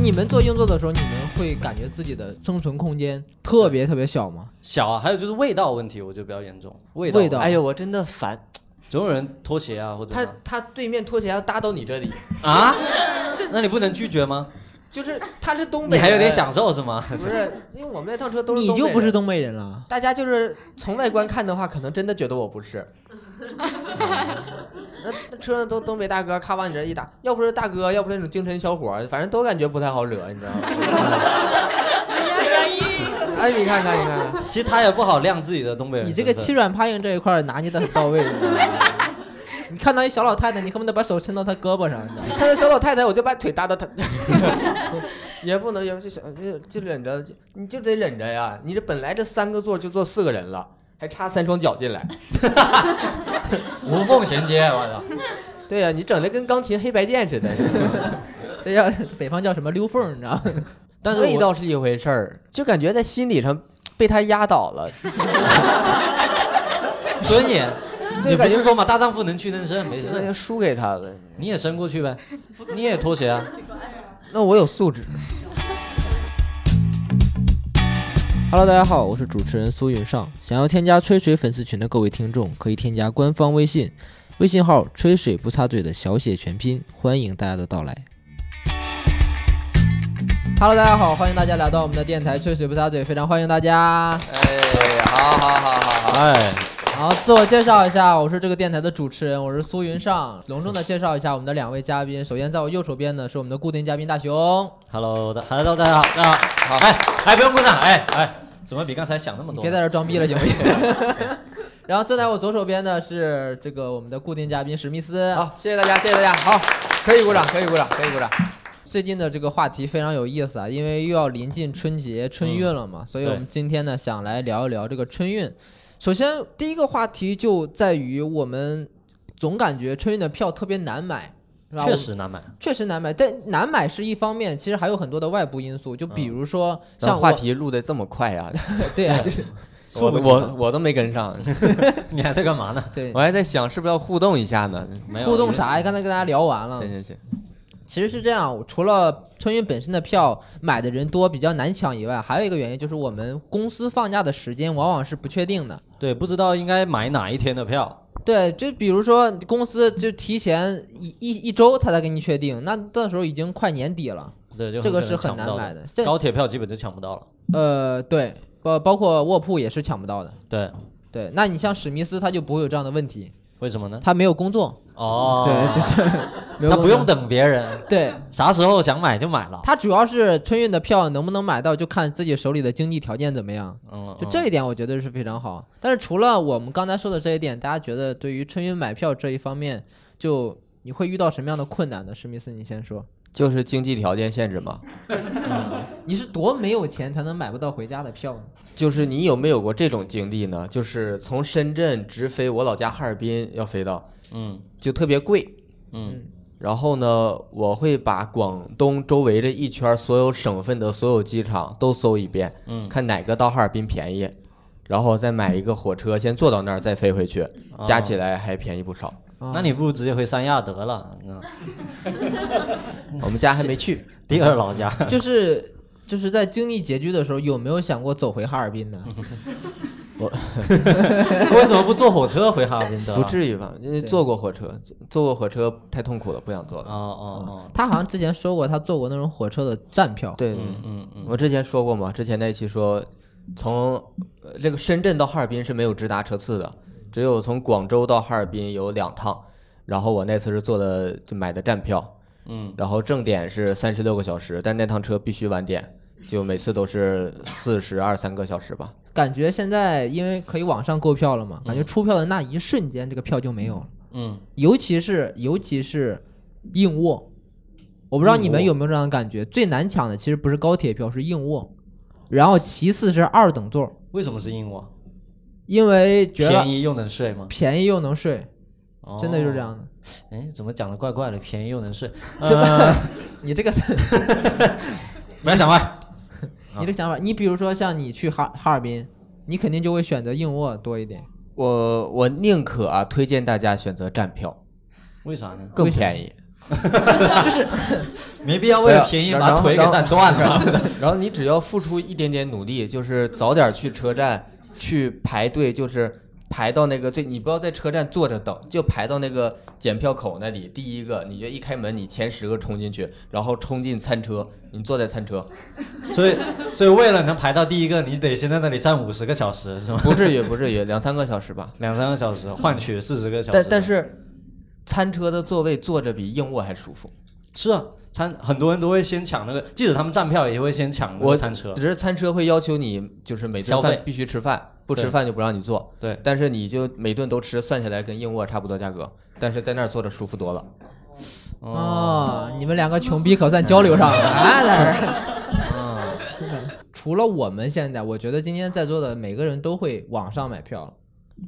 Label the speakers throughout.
Speaker 1: 你们做硬座的时候，你们会感觉自己的生存空间特别特别小吗？
Speaker 2: 小啊，还有就是味道问题，我觉得比较严重。味
Speaker 1: 味
Speaker 2: 道，
Speaker 1: 道啊
Speaker 3: 哎呦，我真的烦
Speaker 2: 总有人拖鞋啊，或者
Speaker 3: 他
Speaker 2: 什么，
Speaker 3: 他对面拖鞋要搭到你这里，
Speaker 2: 啊，那你不能拒绝吗？
Speaker 3: 就是他是东北
Speaker 2: 你
Speaker 3: 人，
Speaker 2: 还有点享受是吗？
Speaker 3: 不是？因为我们那趟车都是
Speaker 1: 你
Speaker 3: 东北
Speaker 1: 就
Speaker 3: 人
Speaker 1: 不是东北人了，
Speaker 3: 大家就是从外观看的话，可能真的觉得我不是。那那车上都东北大哥，咔往你这一打，要不是大哥，要不是那种精神小伙儿，反正都感觉不太好惹，你知道吗？ 哎，你看看，你看看，
Speaker 2: 其实他也不好晾自己的东北人
Speaker 1: 你
Speaker 2: 身
Speaker 1: 这
Speaker 2: 份。
Speaker 1: 个欺软怕硬这一块儿拿捏的很到位。你知道吗 你看到一小老太太，你恨不得把手伸到她胳膊上，你知道吗？
Speaker 3: 看到小老太太，我就把腿搭到她， 也不能，也不就就就忍着，就你就得忍着呀。你这本来这三个座就坐四个人了，还插三双脚进来，
Speaker 4: 无缝衔接，我操！
Speaker 3: 对啊呀、你整的跟钢琴黑白键似的。
Speaker 1: 这叫北方叫什么溜缝儿，你知道吗？
Speaker 2: 但是我
Speaker 3: 味道是一回事儿，就感觉在心理上被他压倒 了。
Speaker 2: 尊严，你
Speaker 3: 这个
Speaker 2: 不
Speaker 3: 感觉
Speaker 2: 是说嘛，大丈夫能屈能伸，没
Speaker 3: 就是
Speaker 2: 事，
Speaker 3: 输给他了。
Speaker 2: 你也伸过去呗，你也拖鞋啊。
Speaker 3: 那我有素质，
Speaker 1: Hello，大家好，我是主持人苏云尚。想要添加吹水粉丝群的各位听众，可以添加官方微信，微信号“吹水不擦嘴”的小写全拼，欢迎大家的到来。Hello，大家好，欢迎大家来到我们的电台“吹水不擦嘴”，非常欢迎大家。
Speaker 3: 哎，好好好好好，
Speaker 2: 哎，
Speaker 1: 好，自我介绍一下，我是这个电台的主持人，我是苏云尚。隆重的介绍一下我们的两位嘉宾，首先在我右手边的是我们的固定嘉宾大熊，
Speaker 2: Hello，大 Hello，大家好，大家好，哎哎，不用鼓掌，哎哎，怎么比刚才想那么
Speaker 1: 你
Speaker 2: 多？
Speaker 1: 别在这儿装逼了，行不行？然后站在我左手边的是这个我们的固定嘉宾史密斯。
Speaker 3: 好，谢谢大家，谢谢大家，好，可以鼓掌，可以鼓掌，可以鼓掌。
Speaker 1: 最近的这个话题非常有意思啊，因为又要临近春
Speaker 2: 嗯
Speaker 1: 节春运了嘛，所以我们今天呢想来聊一聊这个春运。首先，第一个话题就在于我们总感觉春运的票特别难买，是吧？
Speaker 2: 确
Speaker 1: 我
Speaker 2: 实难买。
Speaker 1: 确实难买，但难买是一方面，其实还有很多的外部因素，
Speaker 2: 嗯
Speaker 1: 就比如说
Speaker 3: 咱
Speaker 1: 像
Speaker 3: 话
Speaker 1: 我，
Speaker 3: 题录的这么快 呀、
Speaker 1: 对啊，就是
Speaker 3: 我
Speaker 2: 不及
Speaker 3: 我我都没跟 上，
Speaker 2: 你还在干嘛呢？
Speaker 1: 对
Speaker 3: 我。还在想是不是要互动一下呢。
Speaker 2: 没哎有
Speaker 1: 互动啥呀？刚才跟大家聊完了
Speaker 3: 行，行行，
Speaker 1: 其实是这样，除了春运本身的票买的人多比较难抢以外，还有一个原因就是我们公司放假的时间往往是不确定的。
Speaker 2: 对，不知道应该买哪一天的票。
Speaker 1: 对，就比如说公司就提前一一一周他才给你确定，那到时候已经快年底了。
Speaker 2: 对，就
Speaker 1: 这个
Speaker 2: 可能
Speaker 1: 是很
Speaker 2: 抢不
Speaker 1: 难
Speaker 2: 到
Speaker 1: 买
Speaker 2: 的
Speaker 1: 的这
Speaker 2: 高铁票基本就抢不到了。
Speaker 1: 呃，对，包包括卧铺也是抢不到的。
Speaker 2: 对，
Speaker 1: 对，那你像史密斯他就不会有这样的问题，
Speaker 2: 为什么呢？
Speaker 1: 他没有工作，
Speaker 2: 哦，
Speaker 1: 对，就是 没有
Speaker 2: 他
Speaker 1: 工
Speaker 2: 不用
Speaker 1: 作。
Speaker 2: 等别人，
Speaker 1: 对
Speaker 2: 啥时候想买就买了。
Speaker 1: 他主要是春运的票能不能买到，就看自己手里的经济条件怎么样。
Speaker 2: 嗯，
Speaker 1: 就
Speaker 2: 嗯
Speaker 1: 这一点，我觉得是非常好。但是除了我们刚才说的这一点，大家觉得对于春运买票这一方面，就你会遇到什么样的困难呢？史密斯，你先说。
Speaker 3: 就是经济条件限制嘛，
Speaker 1: 你是多没有钱才能买不到回家的票呢？
Speaker 3: 就是你有没有过这种经历呢？就是从深圳直飞我老家哈尔滨，要飞到
Speaker 2: 嗯
Speaker 3: 就特别贵，
Speaker 2: 嗯
Speaker 3: 然后呢，我会把广东周围这一圈所有省份的所有机场都搜一遍，
Speaker 2: 嗯，
Speaker 3: 看哪个到哈尔滨便宜，然后再买一个火车先坐到那儿再飞回去，
Speaker 2: 哦
Speaker 3: 加起来还便宜不少。
Speaker 1: 啊
Speaker 2: 那你不如直接回三亚得了，嗯
Speaker 3: 我们家还 没去，
Speaker 2: 第二老家。
Speaker 1: 嗯就是就是在经济拮据的时候，有没有想过走回哈尔 滨呢？
Speaker 2: 为什么不坐火车回哈尔滨得了？
Speaker 3: 不至于吧？因为坐过火车，坐过火车太痛苦了，不想坐
Speaker 2: 哦
Speaker 3: 了。
Speaker 2: 哦哦，
Speaker 1: 他好像之前说过，他坐过那种火车的站票。
Speaker 3: 对，对
Speaker 2: 嗯嗯嗯，
Speaker 3: 我之前说过嘛，之前那一期说，从呃这个深圳到哈尔滨是没有直达车次的，只有从广州到哈尔滨有两趟。然后我那次是坐的就买的站票，
Speaker 2: 嗯，
Speaker 3: 然后正点是三十六个小时，但那趟车必须晚点，就每次都是四十二三个小时吧。
Speaker 1: 感觉现在因为可以网上购票了嘛，感觉出票的那一瞬间，这个票就没有了。
Speaker 2: 嗯，
Speaker 1: 尤其是尤其是硬卧，我不知道你们有没有这样的感觉，最难抢的其实不是高铁票，是硬卧，然后其次是二等座，
Speaker 2: 为什么是硬卧？
Speaker 1: 因为觉
Speaker 2: 便
Speaker 1: 得
Speaker 2: 宜又能睡吗？
Speaker 1: 便宜又能睡， 真的就是
Speaker 2: 哦。
Speaker 1: 这样的。
Speaker 2: 哎，怎么讲的怪怪的？便宜又能 睡，呃，
Speaker 1: 你这个是
Speaker 2: 不要想歪。
Speaker 1: 你这个想法，你比如说像你去哈哈尔滨，你肯定就会选择硬卧多一点。
Speaker 3: 我我宁可啊，推荐大家选择站票，
Speaker 2: 为啥呢？
Speaker 3: 更便宜。
Speaker 1: 就是
Speaker 4: 没必要为
Speaker 3: 对
Speaker 4: 了
Speaker 3: 啊
Speaker 4: 便宜
Speaker 3: 然
Speaker 4: 把
Speaker 3: 后
Speaker 4: 腿给
Speaker 3: 然后
Speaker 4: 占断了。
Speaker 3: 然后你只要付出一点点努力，就是早点去车站去排队，就是排到那个最，你不要在车站坐着等，就排到那个检票口那里。第一个，你就一开门，你前十个冲进去，然后冲进餐车，你坐在餐车，
Speaker 4: 所以，所以为了能排到第一个，你得先在那里站五十个小时，是吗？
Speaker 3: 不至于，不至于，两三个小时吧。
Speaker 4: 两三个小时换取四十个小时。
Speaker 3: 但但是，餐车的座位坐着比硬卧还舒服。
Speaker 4: 是啊，餐很多人都会先抢那个，即使他们站票也会先抢那
Speaker 3: 我
Speaker 4: 个餐车。
Speaker 3: 只是餐车会要求你，就是每顿
Speaker 5: 消
Speaker 3: 饭
Speaker 5: 费
Speaker 3: 必须吃饭，不吃
Speaker 4: 对
Speaker 3: 饭就不让你坐。
Speaker 4: 对，
Speaker 3: 但是你就每顿都吃，算下来跟硬卧差不多价格，但是在那儿坐着舒服多了。
Speaker 1: 哦，你们两个穷逼可算交流上了啊！在这儿，
Speaker 3: 嗯，
Speaker 1: 真的。除了我们现在，我觉得今天在座的每个人都会网上买票了。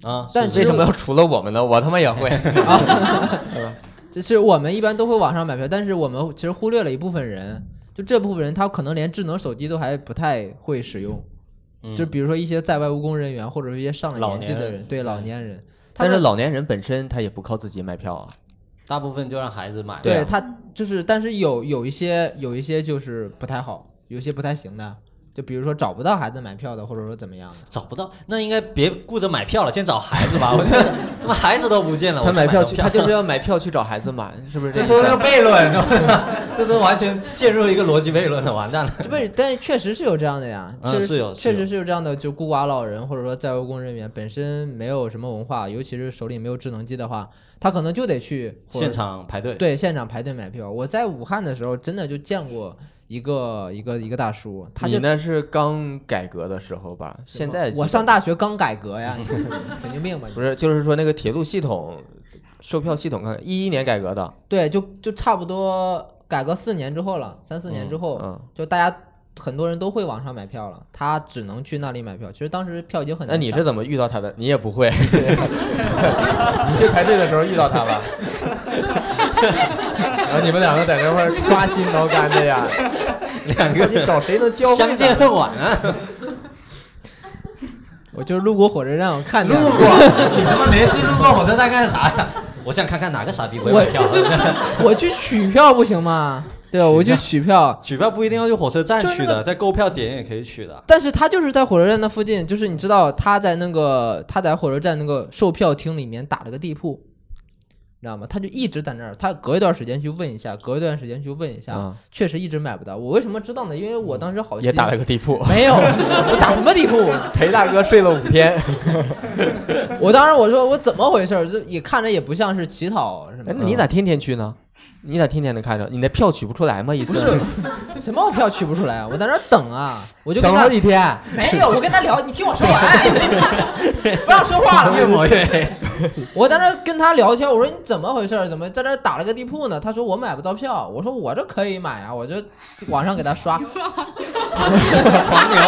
Speaker 4: 啊，
Speaker 1: 但其
Speaker 3: 为
Speaker 1: 实
Speaker 3: 什么
Speaker 1: 我
Speaker 3: 要除了我们呢？ 我他妈也会。
Speaker 1: 就是我们一般都会网上买票，但是我们其实忽略了一部分人，就这部分人他可能连智能手机都还不太会使用，
Speaker 4: 嗯
Speaker 1: 就比如说一些在外务工人员或者是一些上了
Speaker 4: 老
Speaker 1: 年纪
Speaker 4: 年
Speaker 1: 的
Speaker 4: 人
Speaker 1: 对
Speaker 4: 对
Speaker 1: 老年人，他
Speaker 3: 但
Speaker 1: 们
Speaker 3: 是老年人本身他也不靠自己买票啊。
Speaker 5: 大部分就让孩子买。
Speaker 1: 对
Speaker 3: 对啊
Speaker 1: 他就是，但是有有一些有一些就是不太好，有一些不太行的，就比如说找不到孩子买票的，或者说怎么样的。
Speaker 4: 找不到，那应该别顾着买票了，先找孩子吧。我觉得他妈孩子都不见了，
Speaker 3: 他
Speaker 4: 我
Speaker 3: 买
Speaker 4: 去
Speaker 3: 票
Speaker 4: 票
Speaker 3: 去，他就是要买票去找孩子买，是不是这
Speaker 4: 这
Speaker 3: 意
Speaker 4: 都是
Speaker 3: 思？
Speaker 4: 悖论，是吧这都完全陷入一个逻辑悖论了，完蛋了。
Speaker 1: 这不是，但确实是有这样的呀，
Speaker 4: 嗯
Speaker 1: 确实、
Speaker 4: 是有
Speaker 1: 确
Speaker 4: 是
Speaker 1: 实
Speaker 4: 有
Speaker 1: 是有这样的，就孤寡老人或者说在务工人员本身没有什么文化，尤其是手里没有智能机的话，他可能就得去或者
Speaker 4: 现场排队，
Speaker 1: 对现场排队买票。我在武汉的时候，真的就见过一个一个一个大叔，他
Speaker 3: 你
Speaker 1: 就
Speaker 3: 那是刚改革的时候吧？现在
Speaker 1: 我上大学刚改革呀，你神经 病吧？你
Speaker 3: 不是，就是说那个铁路系统、售票系统，刚一一年改革的，
Speaker 1: 对，就就差不多改革四年之后了，三四年之后，
Speaker 3: 嗯，
Speaker 1: 就大家很多人都会网上买票了，他只能去那里买票。其实当时票已经很难
Speaker 3: 那你
Speaker 1: 抢
Speaker 3: 是怎么遇到他的？你也不会，你去排队的时候遇到他吧？然后你们两个在那块儿抓心挠肝的呀，两个你找谁能 交
Speaker 4: 相见恨晚啊！
Speaker 1: 我就是路过火车站，我看
Speaker 4: 路
Speaker 1: 见
Speaker 4: 过， 你他妈没事路过火车站干啥呀？我想看看哪个傻逼会买票。
Speaker 1: 我去取票不行吗？对，我去取票。
Speaker 4: 取票不一定要去火车站
Speaker 1: 就是
Speaker 4: 取
Speaker 1: 那
Speaker 4: 的，在购票点也可以取的。
Speaker 1: 但是他就是在火车站的附近，就是你知道他在那个他在火车站那个售票厅里面打了个地铺，你知道吗？他就一直在那儿，他隔一段时间去问一下，隔一段时间去问一下，
Speaker 3: 啊，
Speaker 1: 确实一直买不到。我为什么知道呢？因为我当时好
Speaker 3: 也
Speaker 1: 心
Speaker 3: 打了个地铺，
Speaker 1: 没有，我打什么地铺？
Speaker 3: 陪大哥睡了五天。
Speaker 1: 我当时我说我怎么回事儿？这也看着也不像是乞讨什么
Speaker 3: 哎
Speaker 1: 的。
Speaker 3: 你咋天天去呢？你咋天天能看着？你那票取不出来吗？一次
Speaker 1: 不是嗯什么我票取不出来啊？我在那儿等啊，我就跟
Speaker 3: 等
Speaker 1: 他
Speaker 3: 好几天，
Speaker 1: 没有，我跟他聊，你听我说完，不让说话 了。
Speaker 4: 越抹越黑。
Speaker 1: 我在那儿跟他聊天，我说你怎么回事儿？怎么在这儿打了个地铺呢？他说我买不到票，我说我这可以买啊，我就网上给他刷。
Speaker 4: 黄 牛，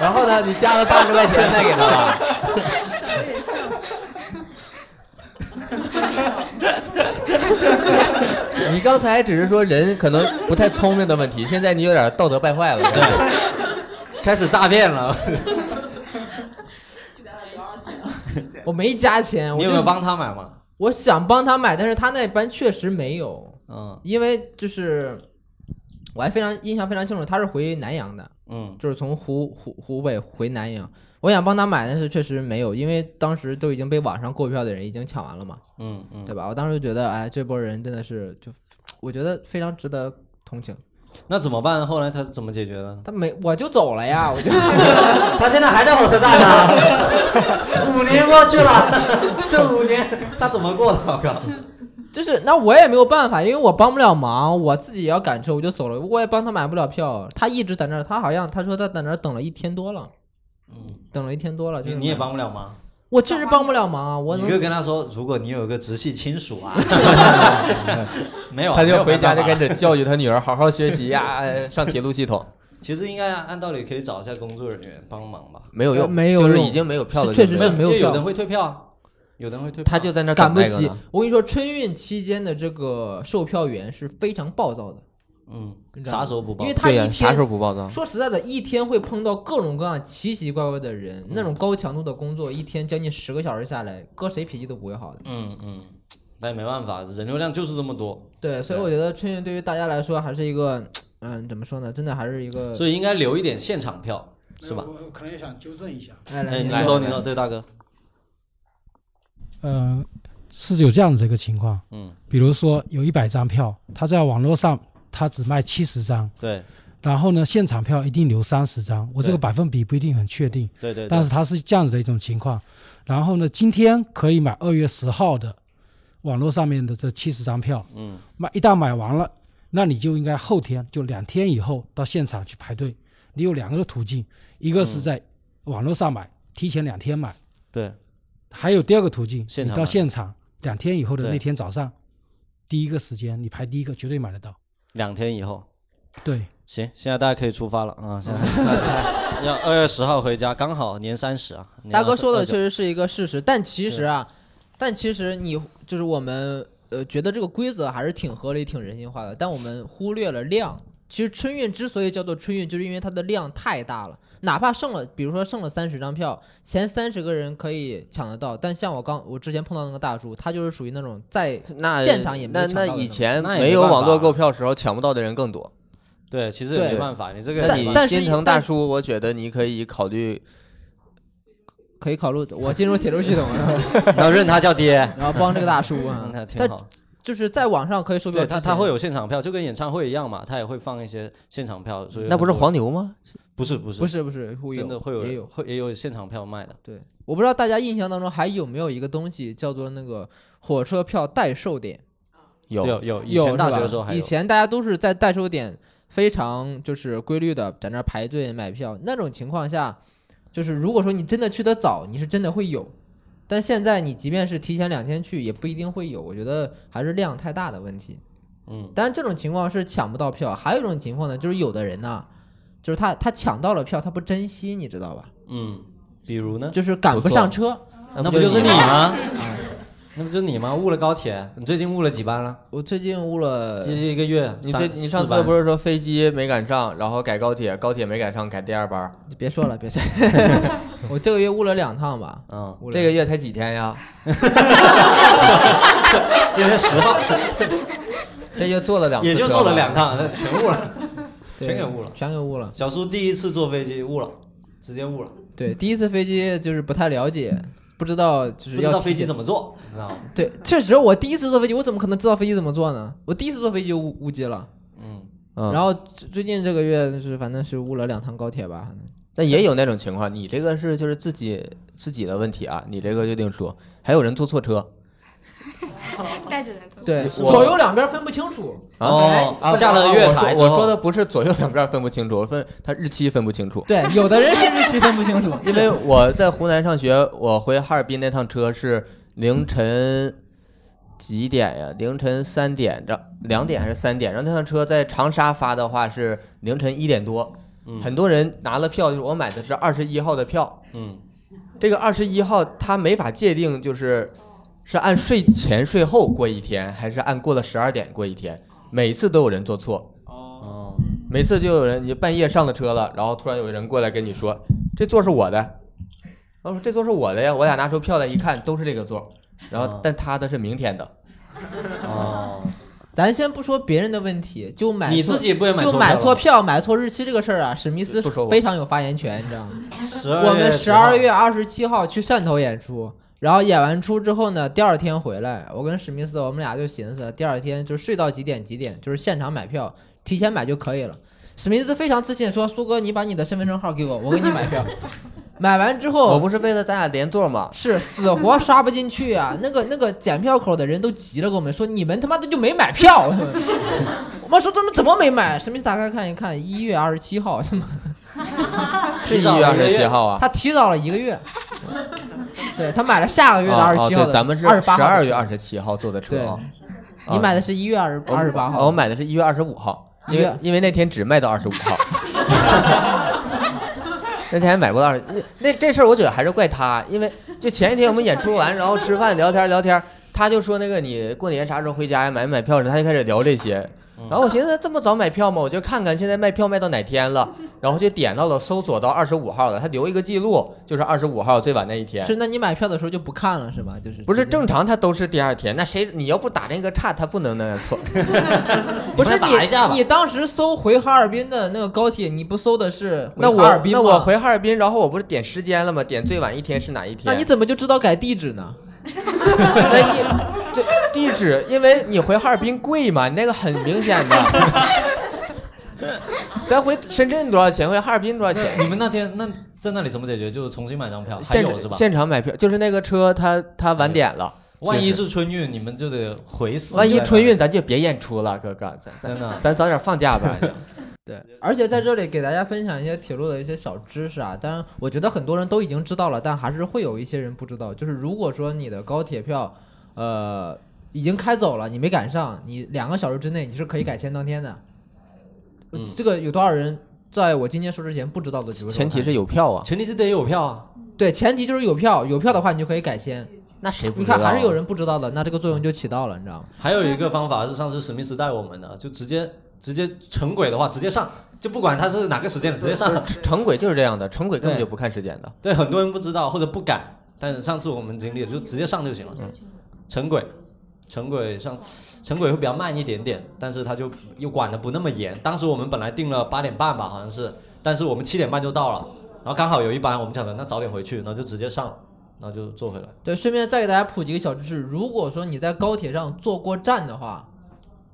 Speaker 3: 然后呢，你加了八十块钱再给 他吧。你刚才只是说人可能不太聪明的问题，现在你有点道德败坏了。
Speaker 4: 开始诈骗 了。
Speaker 1: 我没加钱，我
Speaker 4: 你
Speaker 1: 就
Speaker 4: 有没有
Speaker 1: 是
Speaker 4: 帮他买吗？
Speaker 1: 我想帮他买，但是他那班确实没有，
Speaker 4: 嗯
Speaker 1: 因为就是我还非常印象非常清楚，他是回南阳的。
Speaker 4: 嗯，
Speaker 1: 就是从湖湖湖北回南阳，我想帮他买，但是确实没有，因为当时都已经被网上购票的人已经抢完了嘛，
Speaker 4: 嗯嗯，
Speaker 1: 对吧？我当时就觉得，哎，这波人真的是就，我觉得非常值得同情。
Speaker 4: 那怎么办？后来他怎么解决的？
Speaker 1: 他没，我就走了呀， 我就
Speaker 4: 他现在还在火车站 呢，五年过去了， 这五年他怎么过的？我靠！
Speaker 1: 就是那我也没有办法，因为我帮不了忙，我自己也要赶车，我就走了，我也帮他买不了票，他一直在那儿，他好像他说他在那儿等了一天多了，
Speaker 4: 嗯，
Speaker 1: 等了一天多了，就
Speaker 4: 你
Speaker 1: 是
Speaker 4: 你也
Speaker 1: 买
Speaker 4: 帮不了忙。
Speaker 1: 我确实帮不了忙啊，我
Speaker 4: 你
Speaker 1: 能
Speaker 4: 可以跟他说，如果你有一个直系亲属 啊，没有啊，
Speaker 3: 他
Speaker 4: 没有
Speaker 3: 就回家
Speaker 4: 办法
Speaker 3: 就开始教育他女儿好好学 习呀、哎上铁路系统
Speaker 4: 其实应该按道理可以找一下工作人员帮忙吧，
Speaker 3: 没有
Speaker 1: 呃
Speaker 3: 用，
Speaker 1: 没有
Speaker 3: 就是
Speaker 1: 用
Speaker 3: 已经没有票
Speaker 1: 是
Speaker 3: 了，
Speaker 1: 确实是没
Speaker 4: 因
Speaker 1: 有
Speaker 4: 为有
Speaker 1: 票
Speaker 4: 的人会退票啊，有的人会退票，
Speaker 3: 他就在那儿
Speaker 1: 赶
Speaker 3: 等
Speaker 1: 不
Speaker 3: 那个
Speaker 1: 及
Speaker 3: 呢。。
Speaker 1: 我跟你说，春运期间的这个售票员是非常暴躁的，
Speaker 4: 嗯
Speaker 1: 你，知道吗
Speaker 4: 啥时候不报
Speaker 1: 因为？他
Speaker 3: 对
Speaker 1: 一
Speaker 3: 呀、
Speaker 1: 天
Speaker 3: 啥时候不报道？
Speaker 1: 说实在的，一天会碰到各种各样奇奇怪怪的人，那种高强度的工作，一天将近十个小时下来，搁谁脾气都不会好的。
Speaker 4: 嗯嗯，但也没办法，人流量就是这么多，
Speaker 1: 对，所以我觉得春运对于大家来说还是一个，嗯，怎么说呢？真的还是一个，
Speaker 4: 所以应该留一点现场票，是吧？
Speaker 6: 我可能也想纠正一下，
Speaker 1: 哎，来，
Speaker 4: 哎，你
Speaker 1: 来
Speaker 4: 说，你说，对，大哥，
Speaker 7: 呃，是有这样子的一个情况，
Speaker 4: 嗯，
Speaker 7: 比如说有一百张票，他在网络上他只卖七十张，
Speaker 4: 对，
Speaker 7: 然后呢，现场票一定留三十张，我这个
Speaker 4: 对
Speaker 7: 百分比不一定很确定，
Speaker 4: 对对，
Speaker 7: 但是它是这样子的一种情况。然后呢，今天可以买二月十号的网络上面的这七十张票，
Speaker 4: 嗯，
Speaker 7: 买一旦买完了，那你就应该后天就两天以后到现场去排队。你有两个途径，一个
Speaker 4: 嗯
Speaker 7: 是在网络上买，提前两天买；
Speaker 4: 对，
Speaker 7: 还有第二个途径，
Speaker 4: 现
Speaker 7: 你
Speaker 4: 场
Speaker 7: 到
Speaker 4: 买
Speaker 7: 现场两天以后的
Speaker 4: 对
Speaker 7: 那天早上，第一个时间你排第一个绝对买得到。
Speaker 4: 两天以后，
Speaker 7: 对，
Speaker 4: 行，现在大家可以出发了啊！现在 要二月十号回家，刚好年三十啊。年
Speaker 1: 哦大哥
Speaker 4: 二十
Speaker 1: 说的
Speaker 4: 二九
Speaker 1: 确实是一个事实，但其实啊，但其实你就是我们呃觉得这个规则还是挺合理、挺人性化的，但我们忽略了量。其实春运之所以叫做春运，就是因为它的量太大了。哪怕剩了，比如说剩了三十张票，前三十个人可以抢得到，但像我刚我之前碰到那个大叔，他就是属于那种在
Speaker 3: 那
Speaker 1: 现场也没
Speaker 3: 那
Speaker 1: 抢到
Speaker 3: 那
Speaker 1: 的
Speaker 3: 以
Speaker 1: 那
Speaker 3: 前
Speaker 4: 那也
Speaker 3: 没
Speaker 4: 没
Speaker 3: 有
Speaker 4: 办
Speaker 3: 网络
Speaker 4: 法
Speaker 3: 购票时候抢不到的人更多。
Speaker 4: 对，其实也没
Speaker 1: 对
Speaker 4: 办法，你这个
Speaker 3: 那
Speaker 1: 但
Speaker 4: 地
Speaker 3: 你
Speaker 4: 方
Speaker 1: 但是
Speaker 3: 心疼大
Speaker 1: 但是
Speaker 3: 叔，我觉得你可以考虑，
Speaker 1: 可以考虑我进入铁路系统，然后
Speaker 4: 然后认他叫爹，
Speaker 1: 然后帮这个大叔啊
Speaker 4: 嗯 那，挺
Speaker 1: 但
Speaker 4: 好。
Speaker 1: 就是在网上可以售票
Speaker 4: 对
Speaker 1: 之前，
Speaker 4: 他他会有现场票，就跟演唱会一样嘛，他也会放一些现场票，所以
Speaker 3: 那不是
Speaker 4: 很多
Speaker 3: 黄牛吗？
Speaker 4: 不是不是
Speaker 1: 不是不是会有
Speaker 4: 真的会
Speaker 1: 也
Speaker 4: 有
Speaker 1: 有
Speaker 4: 会也有现场票卖的，
Speaker 1: 对，我不知道大家印象当中还有没有一个东西叫做那个火车票代售点，
Speaker 4: 有有以
Speaker 1: 有
Speaker 4: 前大
Speaker 1: 是
Speaker 4: 学
Speaker 1: 吧
Speaker 4: 的时候还
Speaker 1: 以
Speaker 4: 有，
Speaker 1: 前大家都是在代售点非常就是规律的在那儿排队买票，那种情况下，就是如果说你真的去的早，你是真的会有。但现在你即便是提前两天去，也不一定会有。我觉得还是量太大的问题。
Speaker 4: 嗯，
Speaker 1: 但是这种情况是抢不到票，还有一种情况呢，就是有的人呐、就是他他抢到了票，他不珍惜，你知道吧？
Speaker 4: 嗯，比如呢，
Speaker 1: 就是赶不
Speaker 3: 不错
Speaker 1: 上车。
Speaker 4: 那不就是你
Speaker 3: 吗？
Speaker 4: 吗？ 那不就是你吗？误了高铁，你最近误了几班了？
Speaker 1: 我最近误了
Speaker 4: 这一个月，
Speaker 3: 你
Speaker 4: 三
Speaker 3: 这你上
Speaker 4: 四
Speaker 3: 次
Speaker 4: 班
Speaker 3: 不是说飞机没赶上，然后改高铁，高铁没赶上改第二班儿，
Speaker 1: 别说了，别说，我这个月误了两趟吧。
Speaker 4: 嗯，
Speaker 1: 误了
Speaker 3: 这个月才几天呀？
Speaker 4: 四月十号
Speaker 3: 这就坐了两次，
Speaker 4: 也就坐了两。趟，那全误了。
Speaker 1: 对
Speaker 4: 全给误了
Speaker 1: 全给误了。
Speaker 4: 小叔第一次坐飞机误了，直接误了，
Speaker 1: 对，第一次飞机就是不太了解，不知道就
Speaker 4: 不
Speaker 1: 是
Speaker 4: 知
Speaker 1: 要
Speaker 4: 道
Speaker 1: 体
Speaker 4: 飞机
Speaker 1: 检
Speaker 4: 怎么坐，你知道吗？
Speaker 1: 对，确实我第一次坐飞机，我怎么可能知道飞机怎么坐呢？我第一次坐飞机就误误机了。
Speaker 4: 嗯，
Speaker 3: 嗯
Speaker 1: 然后最最近这个月就是反正是误了两趟高铁吧，反正
Speaker 3: 但也有那种情况，你这个是就是自己自己的问题啊，你这个就另说。还有人坐错车
Speaker 8: 带着人走。
Speaker 1: 对，
Speaker 4: 我
Speaker 1: 左右两边分不清 楚。
Speaker 3: 啊？
Speaker 4: 哦
Speaker 3: 啊
Speaker 4: 下了月台
Speaker 3: 我说
Speaker 4: 之后
Speaker 3: 我说的不是左右两边分不清楚，我分他日期分不清楚。
Speaker 1: 对，有的人是日期分不清楚，
Speaker 3: 因为我在湖南上学，我回哈尔滨那趟车是凌晨几点呀？凌晨三点，然两点还是三点？然后那趟车在长沙发的话是凌晨一点多，
Speaker 4: 嗯
Speaker 3: 很多人拿了票，就是我买的是二十一号的票，
Speaker 4: 嗯，
Speaker 3: 这个二十一号他没法界定，就是是按睡前睡后过一天，还是按过了十二点过一天，每次都有人做错。
Speaker 4: 哦，
Speaker 3: 每次就有人，你半夜上了车了，然后突然有人过来跟你说，这座是我的，然后说这座是我的呀，我俩拿出票来一看，都是这个座，然后
Speaker 1: 嗯
Speaker 4: 啊
Speaker 3: 但他的是明天的，
Speaker 4: 哦，
Speaker 1: 咱先不说别人的问题，就买
Speaker 4: 你
Speaker 1: 错
Speaker 4: 自己不也买
Speaker 1: 就
Speaker 4: 买
Speaker 1: 买错票、买错日期这个事儿啊，史密斯
Speaker 3: 不说我
Speaker 1: 非常有发言权，你知道吗？
Speaker 3: 哎
Speaker 4: 十二
Speaker 1: 我们十二月二十七号去汕头演出，然后演完出之后呢，第二天回来，我跟史密斯我们俩就寻思，第二天就睡到几点几点，就是现场买票，提前买就可以了。史密斯非常自信说：“苏哥，你把你的身份证号给我，我给你买 票。”买完之
Speaker 3: 我
Speaker 1: 后
Speaker 3: 不是为了咱俩连座吗？
Speaker 1: 是死活刷不进去啊！那个那个检票口的人都急了，跟我们说：“你们他妈的就没买票！” 我们说：“他们怎么没买？”史密斯打开看一看，一月二十七号，他妈
Speaker 3: 是一
Speaker 4: 提早
Speaker 3: 月
Speaker 4: 了
Speaker 3: 二
Speaker 4: 一个
Speaker 3: 十七
Speaker 4: 月
Speaker 3: 号啊，
Speaker 1: 他提早了一个月，对他买了下个月的
Speaker 3: 啊
Speaker 1: 二十
Speaker 3: 哦
Speaker 1: 七号的，
Speaker 3: 对，咱们是
Speaker 1: 二十八
Speaker 3: 十二月二十七号坐的车
Speaker 1: 对
Speaker 3: 啊，
Speaker 1: 你买的是一月二十二十八
Speaker 3: 我
Speaker 1: 号，
Speaker 3: 买的是一月二十五号，因
Speaker 1: 一
Speaker 3: 为
Speaker 1: 月
Speaker 3: 因为那天只卖到二十五号。那天还买不到二十，那这事儿我觉得还是怪他，因为就前一天我们演出完，然后吃饭聊天聊天，他就说那个你过年啥时候回家呀，买没买票时，他就开始聊这些。
Speaker 1: 嗯
Speaker 3: 然后我寻思这么早买票吗？我就看看现在卖票卖到哪天了，然后就点到了搜索到二十五号了，他留一个记录，就是二十五号最晚那一天。
Speaker 1: 是，那你买票的时候就不看了是吧？就是
Speaker 3: 不是
Speaker 1: 直接
Speaker 3: 正常，他都是第二天。那谁你要不打那个岔，他不能那样错。
Speaker 1: 不是
Speaker 3: 你们打一架吧
Speaker 1: 你，你当时搜回哈尔滨的那个高铁，你不搜的是回
Speaker 3: 那我
Speaker 1: 哈尔滨吗
Speaker 3: 那我，回哈尔滨，然后我不是点时间了吗？点最晚一天是哪一天？
Speaker 1: 那你怎么就知道改地址呢？
Speaker 3: 那一这地址，因为你回哈尔滨贵嘛，你那个很明显的。 咱回深圳多少钱？回哈尔滨多少钱？
Speaker 4: 你们那天那在那里怎么解决？就是重新买张票，还
Speaker 3: 现
Speaker 4: 有是吧？
Speaker 3: 现场买票，就是那个车它它晚点了，
Speaker 4: 万一是春运，你们就得回死。
Speaker 3: 万一春运，咱就别演出了，哥哥，咱咱
Speaker 4: 真的
Speaker 3: 咱早点放 假吧。就
Speaker 1: 对，而且在这里给大家分享一些铁路的一些小知识啊，当然我觉得很多人都已经知道了，但还是会有一些人不知道。就是如果说你的高铁票，呃，已经开走了，你没赶上，你两个小时之内你是可以改签当天的。
Speaker 4: 嗯
Speaker 1: 这个有多少人在我今天说之前不知道的举个手
Speaker 3: 前提
Speaker 1: 看
Speaker 3: 是有票啊，
Speaker 4: 前提是得有票啊。
Speaker 1: 对，前提就是有票，有票的话你就可以改签。
Speaker 3: 那谁不
Speaker 1: 你
Speaker 3: 知道啊
Speaker 1: 看还是有人不知道的，那这个作用就起到了，你知道吗？
Speaker 4: 还有一个方法是上次史密斯带我们的，就直接直接成轨的话，直接上，就不管他是哪个时间的，直接上。
Speaker 3: 城轨就是这样的，城轨根本
Speaker 4: 对
Speaker 3: 就不看时间的。
Speaker 4: 对，很多人不知道或者不敢，但是上次我们经历了，就直接上就行了。成轨，成轨上，成轨会比较慢一点点，但是他就又管的不那么严。当时我们本来定了八点半吧，好像是，但是我们七点半就到了，然后刚好有一班，我们想着那早点回去，然后就直接上了，然后就坐回来。
Speaker 1: 对，顺便再给大家普及一个小知识：如果说你在高铁上坐过站的话，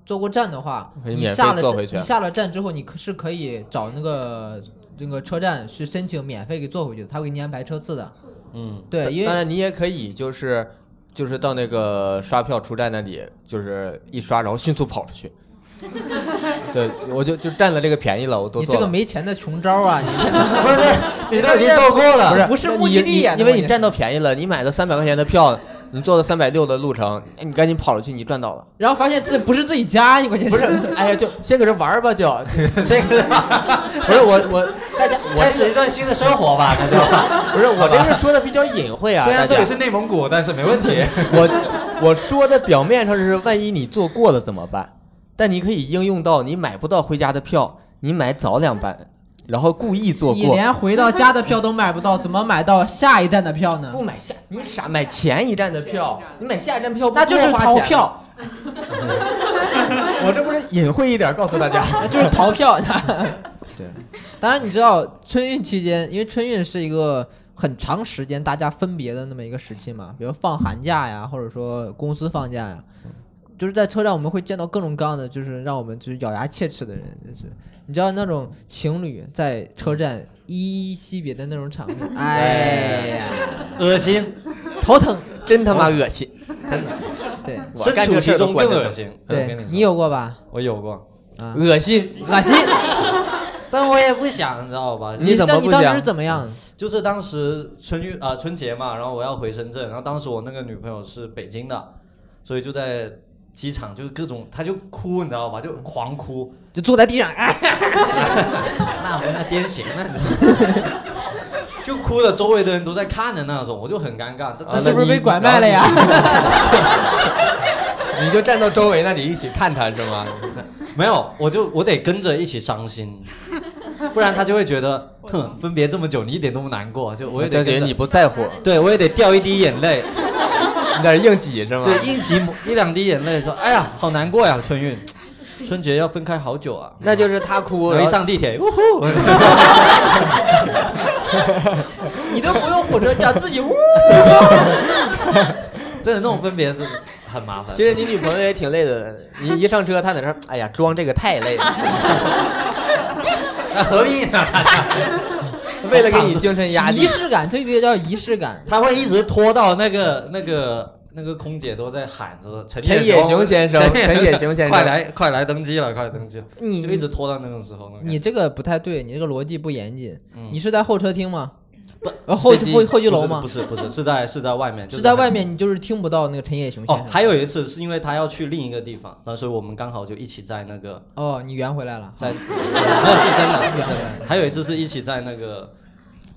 Speaker 1: 坐过站的话，
Speaker 3: 可以
Speaker 1: 你
Speaker 3: 免费
Speaker 1: 下了
Speaker 3: 坐
Speaker 1: 站
Speaker 3: 回去啊
Speaker 1: 你下了站之后，你可是可以找那个那个车站去申请免费给坐回去的，他会给你安排车次的。
Speaker 4: 嗯，
Speaker 1: 对，因
Speaker 3: 当
Speaker 1: 为
Speaker 3: 然你也可以就是就是到那个刷票出站那里，就是一刷，然后迅速跑出去。对，我就就占了这个便宜了，我多
Speaker 1: 你
Speaker 3: 做
Speaker 1: 这个
Speaker 3: 了。
Speaker 1: 没钱的穷招啊！你这
Speaker 2: 不是，你都已经做过了，
Speaker 3: 不是
Speaker 1: 不是
Speaker 3: 啊那
Speaker 1: 目
Speaker 3: 你
Speaker 1: 的地
Speaker 3: 你
Speaker 1: 呀
Speaker 3: 因为
Speaker 1: 关键
Speaker 3: 你
Speaker 1: 是
Speaker 3: 占到便宜了，你买个三百块钱的票，你坐了三百六的路程，哎，你赶紧跑出去，你赚到了。
Speaker 1: 然后发现自己不是自己家，你关键
Speaker 3: 不是， 哎呀，就先搁这玩儿吧， 就先搁这玩儿。 不是我我大家我
Speaker 2: 开
Speaker 3: 这
Speaker 2: 始一段新的生活吧，那就。
Speaker 3: 不是我这个说的比较隐晦啊，
Speaker 4: 虽然
Speaker 3: 大
Speaker 4: 这里
Speaker 3: 家
Speaker 4: 是内蒙古，但是没问题。
Speaker 3: 我我说的表面上是，万一你做过了怎么办？但你可以应用到你买不到回家的票，你买早两班，然后故意做
Speaker 1: 你
Speaker 3: 过，
Speaker 1: 连回到家的票都买不到，怎么买到下一站的票呢
Speaker 3: 不？买下你傻买前一站的票，你买下一站票不
Speaker 1: 那就是
Speaker 3: 多花
Speaker 1: 逃
Speaker 3: 钱
Speaker 1: 票，
Speaker 3: 我这不是隐晦一点告诉大家，
Speaker 1: 那就是逃票。
Speaker 3: 对，
Speaker 1: 当然你知道春运期间，因为春运是一个很长时间大家分别的那么一个时期嘛，比如放寒假呀，或者说公司放假呀，就是在车站我们会见到各种各样的，就是让我们就是咬牙切齿的人，就是你知道那种情侣在车站依依惜别的那种场面，哎呀，
Speaker 4: 恶心，
Speaker 1: 头疼。
Speaker 3: 真他妈恶心，真的，
Speaker 1: 对
Speaker 3: 我
Speaker 4: 身
Speaker 3: 干这
Speaker 4: 处
Speaker 3: 个事
Speaker 4: 其
Speaker 3: 儿都
Speaker 4: 中
Speaker 3: 惯
Speaker 4: 更
Speaker 3: 着
Speaker 4: 恶
Speaker 3: 呢
Speaker 4: 心。我跟
Speaker 1: 对
Speaker 4: 你，说
Speaker 1: 你有过吧？
Speaker 4: 我有过，
Speaker 1: 啊，
Speaker 3: 恶心，
Speaker 1: 恶心。
Speaker 4: 但我也不想，你知道吧？
Speaker 3: 你怎么
Speaker 1: 那你
Speaker 3: 不
Speaker 1: 当
Speaker 3: 讲
Speaker 1: 时怎么样？
Speaker 4: 就是当时春运啊、春节嘛，然后我要回深圳，然后当时我那个女朋友是北京的，所以就在机场就各种，她就哭，你知道吧？就狂哭，
Speaker 1: 就坐在地上，
Speaker 3: 啊
Speaker 1: 哎，
Speaker 4: 那我那癫痫那， 就哭的周围的人都在看的那种，我就很尴尬。但但
Speaker 1: 是
Speaker 4: 是
Speaker 1: 不是被啊拐卖了呀？
Speaker 3: 你就站到周围那里一起看他是 吗？
Speaker 4: 没有，我就我得跟着一起 伤心，不然她就会觉得，哼，分别这么久，你一点都不难过，就我也
Speaker 1: 啊
Speaker 3: 就
Speaker 4: 得
Speaker 3: 觉
Speaker 4: 跟
Speaker 3: 得
Speaker 4: 着
Speaker 3: 你，不在乎，
Speaker 4: 对我也得掉一滴眼泪。
Speaker 3: 你在这硬挤是吗？
Speaker 4: 对，一起抹一两滴眼泪，说：“哎呀，好难过呀，春运，春节要分开好久啊。”
Speaker 3: 那就是他哭，
Speaker 4: 我
Speaker 3: 然
Speaker 4: 一
Speaker 3: 后
Speaker 4: 上地铁，呜呼，
Speaker 1: 你都不用火车叫，自己呜。
Speaker 4: 真的那种分别是很麻烦。
Speaker 3: 其实你女朋友也挺累的，你一上车，她在那儿，哎呀，装这个太累了，
Speaker 4: 那何必 呢？
Speaker 3: 为了给你精神压力
Speaker 1: 仪。式感，这个叫仪式感。
Speaker 4: 他会一直拖到那个那个那个空姐都在喊着陈
Speaker 3: 陈
Speaker 4: 野
Speaker 3: 野雄先生陈野雄先生
Speaker 4: 快来快来登机了，快来登机了，
Speaker 1: 你
Speaker 4: 就一直拖到那种时候。那种
Speaker 1: 你这个不太对，你这个逻辑不严谨。
Speaker 4: 嗯
Speaker 1: 你是在候车厅吗？
Speaker 4: 不
Speaker 1: 呃后
Speaker 4: 飞机
Speaker 1: 后后机楼
Speaker 4: 不是
Speaker 1: 吗
Speaker 4: 不是不是，是在是在外面，就是
Speaker 1: 在
Speaker 4: 很
Speaker 1: 外面，你就是听不到那个陈野雄先
Speaker 4: 哦
Speaker 1: 生。，
Speaker 4: 还有一次是因为他要去另一个地方，那所以我们刚好就一起在那个
Speaker 1: 哦，你圆回来了。
Speaker 4: 在，没有是真的，是
Speaker 1: 是
Speaker 4: 真
Speaker 1: 真
Speaker 4: 的。还有一次是一起在那个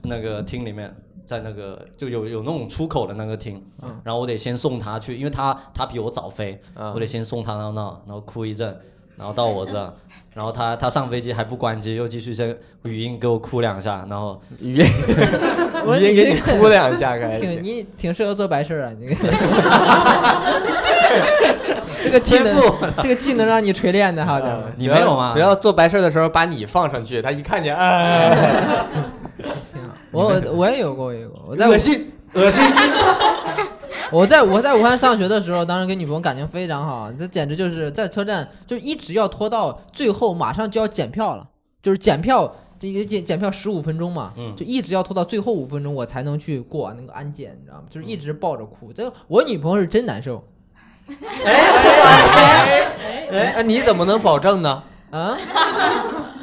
Speaker 4: 那个厅里面，在那个就有有那种出口的那个厅，
Speaker 1: 嗯
Speaker 4: 然后我得先送他去，因为他他比我早飞，
Speaker 3: 嗯
Speaker 4: 我得先送他到那，然后哭一阵，然后到我这，然后他他上飞机还不关机，又继续先语音给我哭两下，然后
Speaker 3: 语音
Speaker 1: 我
Speaker 3: 语音给你
Speaker 1: 这个
Speaker 3: 哭两下开
Speaker 1: 挺
Speaker 3: 始。
Speaker 1: 你挺适合做白事儿啊， 你这个这个技能，这个技能让你锤炼的哈，这
Speaker 4: 你没有吗
Speaker 3: 只？要做白事儿的时候把你放上去，他一看见，哎，
Speaker 1: 挺好。我我我也有过，我也有过。我在
Speaker 3: 恶心，
Speaker 4: 恶心！
Speaker 1: 我在我在武汉上学的时候，当时跟女朋友感情非常好，这简直就是在车站就一直要拖到最后，马上就要检票了，就是检票。这个检检票十五分钟嘛，
Speaker 3: 嗯
Speaker 1: 就一直要拖到最后五分钟，我才能去过那个安检，你知道吗？就是一直抱着哭。这个我女朋友是真难受
Speaker 3: 哎，你怎么能保证呢？
Speaker 1: 啊，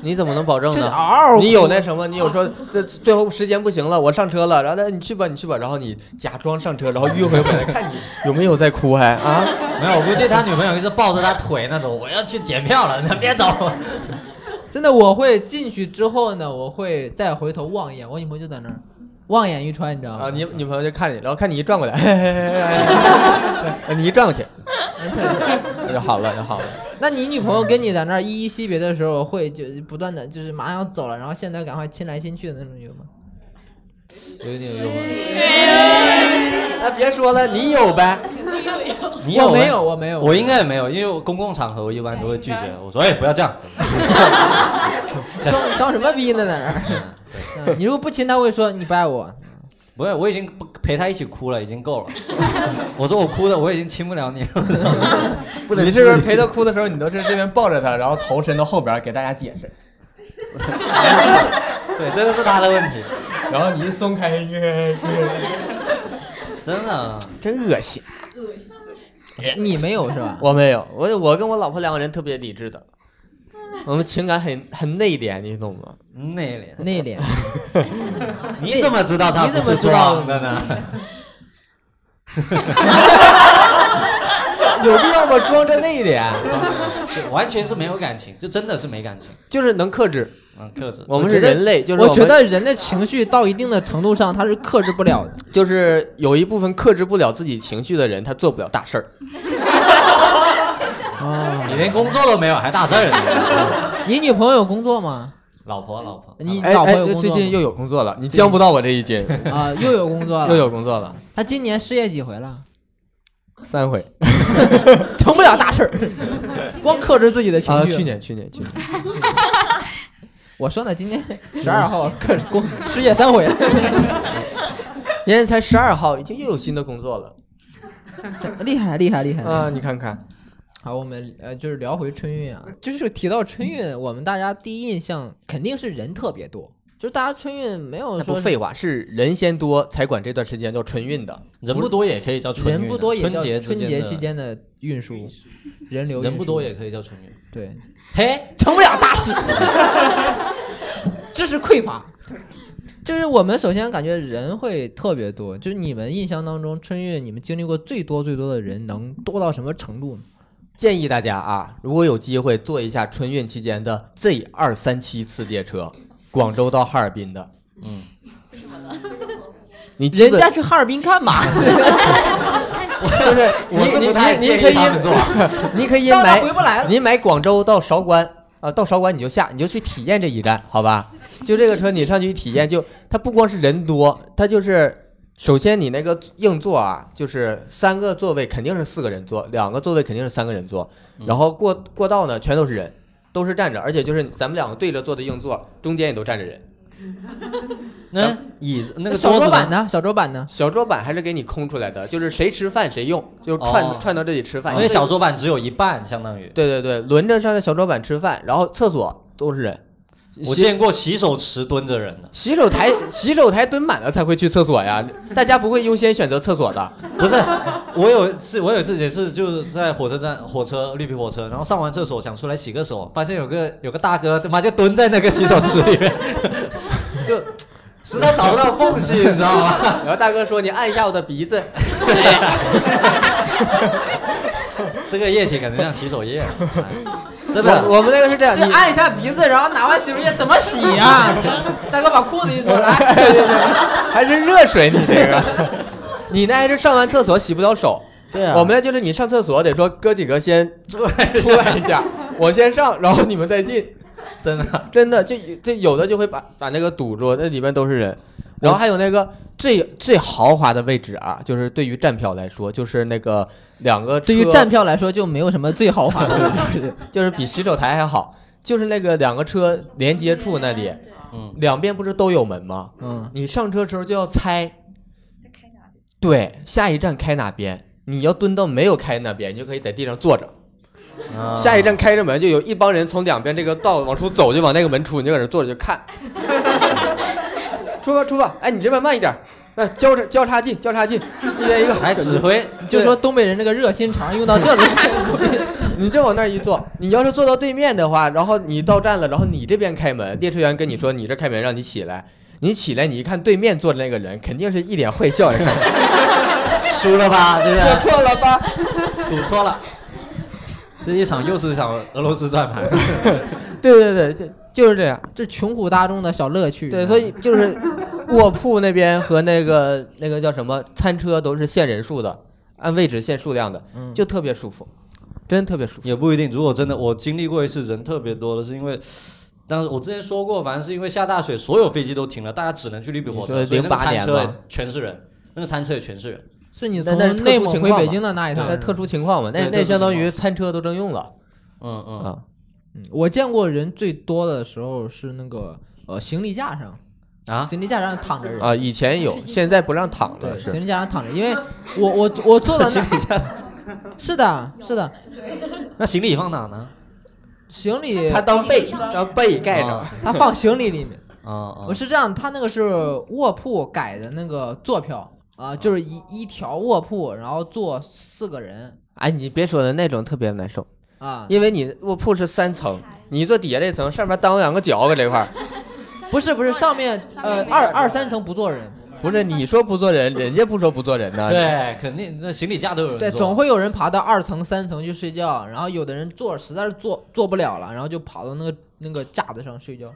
Speaker 3: 你怎么能保证
Speaker 1: 就是
Speaker 3: 呢？
Speaker 1: 嗷嗷
Speaker 3: 你
Speaker 1: 哭啊
Speaker 3: 有那什么？你有说这这最后时间不行了，我上车了，然后他你去吧，你去吧，然后你假装上车，然后迂回回来看你有没有在哭还啊？
Speaker 4: 没有，我估计他女朋友一直抱着他腿那种，我要去检票了，你 别走。
Speaker 1: 真的，我会进去之后呢，我会再回头望一眼，我女朋友就在那儿望眼欲穿，你知道吗？
Speaker 3: 啊，你女朋友就看你，然后看你一转过来， 嘿嘿嘿嘿嘿嘿你一转过去，那 就好了，就好了。
Speaker 1: 那你女朋友跟你在那儿依依惜别的时候，会就不断的就是马上要走了，然后现在赶快亲来亲去的那种有 吗？
Speaker 4: 有点用，
Speaker 3: 那哎别说了，你有呗？
Speaker 4: 你有
Speaker 1: 我
Speaker 4: 吗
Speaker 1: 没有，？我没有，
Speaker 4: 我应该也没有，因为我公共场合我一般都会拒绝。我说，哎，不要这样子。
Speaker 1: 装装什么逼呢在那儿？嗯你如果不亲，她会说你不爱我。
Speaker 4: 不是，我已经不陪他一起哭了，已经够了。 我说我哭的，我已经亲不了你了。
Speaker 3: 不能。你是不是陪她哭的时候，你都是这边抱着她，然后头伸到后边给大家解释，
Speaker 4: 对，这个是他的问题，
Speaker 3: 然后你一松开， 耶
Speaker 4: 真的。啊
Speaker 3: 真恶心。
Speaker 1: 你没有是 吧？
Speaker 3: 我没有，我我跟我老婆两个人特别理智的，我们情感很很内敛，你懂吗？
Speaker 4: 内敛，
Speaker 1: 内敛，
Speaker 4: 你怎么知道他
Speaker 1: 你
Speaker 4: 不
Speaker 1: 怎么
Speaker 4: 是
Speaker 1: 知道
Speaker 4: drunk 的呢？
Speaker 3: 有必要吗？装着内敛，
Speaker 4: 啊就完全是没有感情，就真的是没感情，
Speaker 3: 就是能克制。
Speaker 4: 嗯，克制。
Speaker 3: 我们是人类，就是
Speaker 1: 我
Speaker 3: 们
Speaker 1: 觉得人的情绪到一定的程度上，他是克制不了 的。
Speaker 3: 就是有一部分克制不了自己情绪的人，他做不了大事儿。
Speaker 1: 哦，
Speaker 4: 你连工作都没有，还大事儿？
Speaker 1: 你女朋友有工作吗？
Speaker 4: 老婆，老婆，
Speaker 1: 你
Speaker 3: 哎
Speaker 1: 老婆
Speaker 3: 哎
Speaker 1: 有，工
Speaker 3: 最
Speaker 1: 作
Speaker 3: 近
Speaker 1: 吗？
Speaker 3: 又有工作了，你将不到我这一斤，
Speaker 1: 啊，又有工作
Speaker 3: 又
Speaker 1: 了。
Speaker 3: 有工作了，
Speaker 1: 她今年失业几回了？
Speaker 3: 三 回
Speaker 1: 成不了 大事儿， 光克制自己的情
Speaker 3: 啊，
Speaker 1: 绪。
Speaker 3: 去年去年去年，
Speaker 1: 我说呢，今天十二号开始工失业三回，
Speaker 3: 今天才十二号，已经又有新的工作了
Speaker 1: 厉害厉害厉害！
Speaker 3: 啊！你看看，
Speaker 1: 好，我们呃就是聊回春运啊，就是提到春运，我们大家第一印象肯定是人特别多，就是大家春运没有
Speaker 3: 那不
Speaker 1: 说
Speaker 3: 废话，是人先多才管这段时间叫春运的。
Speaker 4: 人不多也可以叫春运
Speaker 1: 人
Speaker 4: 的
Speaker 1: 不多也
Speaker 4: 春
Speaker 1: 叫
Speaker 4: 节
Speaker 1: 啊
Speaker 4: 之
Speaker 1: 春
Speaker 4: 间
Speaker 1: 节
Speaker 4: 的
Speaker 1: 期间的运输，人流
Speaker 4: 人
Speaker 1: 运
Speaker 4: 不
Speaker 1: 输
Speaker 4: 多也可以叫春运。
Speaker 1: 对，
Speaker 4: 嘿，
Speaker 1: 成不了大事， 知识匮乏。就是我们首先感觉人会特别多，就是你们印象当中春运你们经历过最多最多的人能多到什么程度呢？
Speaker 3: 建议大家啊，如果有机会坐一下春运期间的 Z 二三七次列车，广州到哈尔滨的，
Speaker 4: 嗯，
Speaker 3: 你基
Speaker 1: 人
Speaker 3: 本
Speaker 1: 家去哈尔滨干嘛？
Speaker 3: 就是
Speaker 4: 我是
Speaker 3: 你
Speaker 4: 不太
Speaker 3: 你你
Speaker 4: 建议
Speaker 3: 可以
Speaker 4: 他们做啊
Speaker 3: 你可以
Speaker 1: 到那
Speaker 3: 买
Speaker 1: 回不来了
Speaker 3: 你买广州到韶关啊，到韶关你就下，你就去体验这一站，好吧？就这个车你上去体验，就它不光是人多，它就是首先你那个硬座啊，就是三个座位肯定是四个人坐，两个座位肯定是三个人坐，然后过过道呢全都是人，都是站着，而且就是咱们两个对着坐的硬座，中间也都站 着人。
Speaker 4: 那椅子那个
Speaker 1: 小
Speaker 4: 桌
Speaker 1: 桌
Speaker 4: 子
Speaker 1: 板？呢？小桌板呢？
Speaker 3: 小桌板还是给你空出来的，就是谁吃饭谁用，就是串、
Speaker 4: 哦
Speaker 3: 串到这里吃饭。
Speaker 4: 因为小桌板只有一半，相当于。
Speaker 3: 对对对，轮着上这小桌板吃饭，然后厕所都是人。
Speaker 4: 我
Speaker 3: 洗
Speaker 4: 见过洗手池蹲着人的，
Speaker 3: 洗手台洗手台蹲满了才会去厕所呀，大家不会优先选择厕所的。
Speaker 4: 不是，我有一次，我有一次也是就是在火车站，火车绿皮火车，然后上完厕所想出来洗个手，发现有个有个大哥他妈就蹲在那个洗手池里面， 就实在找不到缝隙，你知道吗？
Speaker 3: 然后大哥说：“你按一下我的鼻子。
Speaker 4: 这个液体感觉像洗手液， 哎
Speaker 3: 我”
Speaker 4: 真的。
Speaker 3: 我们那个是这样，
Speaker 1: 是
Speaker 3: 你
Speaker 1: 按一下鼻子，然后拿完洗手液怎么洗呀、 大哥把裤子一脱， 来，
Speaker 3: 还是热水，你这个， 你那还是上完厕所洗不了手。
Speaker 4: 对啊
Speaker 3: 我们那就是你上厕所得说哥几个先出来一下，我先上，然后你们再进，真的真的，就这有的就会把把那个堵住，那里面都是人。然后还有那个最最豪华的位置啊，就是对于站票来说，就是那个两 个
Speaker 1: 对于
Speaker 3: 车
Speaker 1: 站票来说就没有什么最豪华的了，就是
Speaker 3: 就是比洗手台还好，就是那个两个车连接处那里，
Speaker 8: 对
Speaker 4: 嗯，
Speaker 3: 两边不是都有门吗？
Speaker 1: 嗯，
Speaker 3: 你上车的时候就要猜，
Speaker 8: 在开闸
Speaker 3: 对，下一站开哪边。你要蹲到没有开那边，你就可以在地上坐着。
Speaker 4: 啊
Speaker 3: 下一站开着门，就有一帮人从两边这个道往出走，就往那个门出，你就搁那坐着就 看。出吧出吧，哎，你这边慢一点，哎，交叉交叉进，交叉进，一人一 个，
Speaker 4: 来指挥，
Speaker 1: 就说东北人这个热心肠用到这里，
Speaker 3: 你就往那儿一坐，你要是坐到对面的话，然后你到站了，然后你这边开门，列车员跟你说你这开门让你起来，你起来，你一看对面坐着那个人，肯定是一脸坏笑 着看你，
Speaker 2: 输了吧，对不
Speaker 3: 做
Speaker 2: 对？
Speaker 3: 错了吧？
Speaker 4: 赌错了。这一场又是一场俄罗斯转盘，
Speaker 3: 对对对，就就是这样。
Speaker 1: 这穷苦大众的小乐趣。
Speaker 3: 对，所以就是卧铺那边和那个那个叫什么餐车都是限人数的，按位置限数量的，
Speaker 1: 嗯
Speaker 3: 就特别舒服，真特别舒服。
Speaker 4: 也不一定。如果真的我经历过一次人特别多的，是因为，但是我之前说过，反正是因为下大雪，所有飞机都停了，大家只能去绿皮火车，
Speaker 3: 你说
Speaker 4: 所以那个
Speaker 3: 08
Speaker 4: 餐
Speaker 3: 年
Speaker 4: 车
Speaker 3: 吗
Speaker 4: 也全是人，那个餐车也全是人。
Speaker 1: 是你
Speaker 3: 但
Speaker 1: 从
Speaker 3: 但是特殊
Speaker 1: 内蒙
Speaker 3: 情
Speaker 1: 回
Speaker 3: 况
Speaker 1: 北
Speaker 3: 嘛
Speaker 1: 京的那一趟
Speaker 3: 那嗯是。特殊情况嘛，那
Speaker 4: 对特
Speaker 3: 那
Speaker 4: 殊
Speaker 3: 相当
Speaker 4: 情
Speaker 3: 于
Speaker 4: 况
Speaker 3: 餐车都征用了
Speaker 4: 嗯嗯，
Speaker 3: 啊。
Speaker 1: 嗯我见过人最多的时候是那个呃行李架上
Speaker 4: 啊
Speaker 1: 行李架上躺着人。
Speaker 3: 啊，以前有，现在不让躺了，
Speaker 1: 对，
Speaker 3: 是
Speaker 1: 行李架上躺着，因为我我我坐的那 是的，是的，
Speaker 4: 那行李放哪呢？
Speaker 1: 行李
Speaker 3: 他当被当被盖着
Speaker 4: 啊，
Speaker 1: 他放行李里面。
Speaker 4: 嗯嗯
Speaker 1: 我是这样，他那个是卧铺改的那个坐票啊，就是一一条卧铺，然后坐四个人
Speaker 3: 哎，你别说了，那种特别难受，
Speaker 1: 啊，
Speaker 3: 因为你卧铺是三层，你坐底下这层，上面当两个脚搁这 块儿，
Speaker 1: 不是不是，上面呃
Speaker 8: 没有
Speaker 1: 二
Speaker 8: 人
Speaker 1: 二三层不坐人，
Speaker 3: 不是你说不做人，人家不说不做人呢，
Speaker 4: 啊对，肯定那行李架都有人
Speaker 1: 对，
Speaker 4: 坐
Speaker 1: 总会有人爬到二层、三层去睡觉，然后有的人坐实在是坐坐不了了，然后就跑到那个那个架子上睡觉。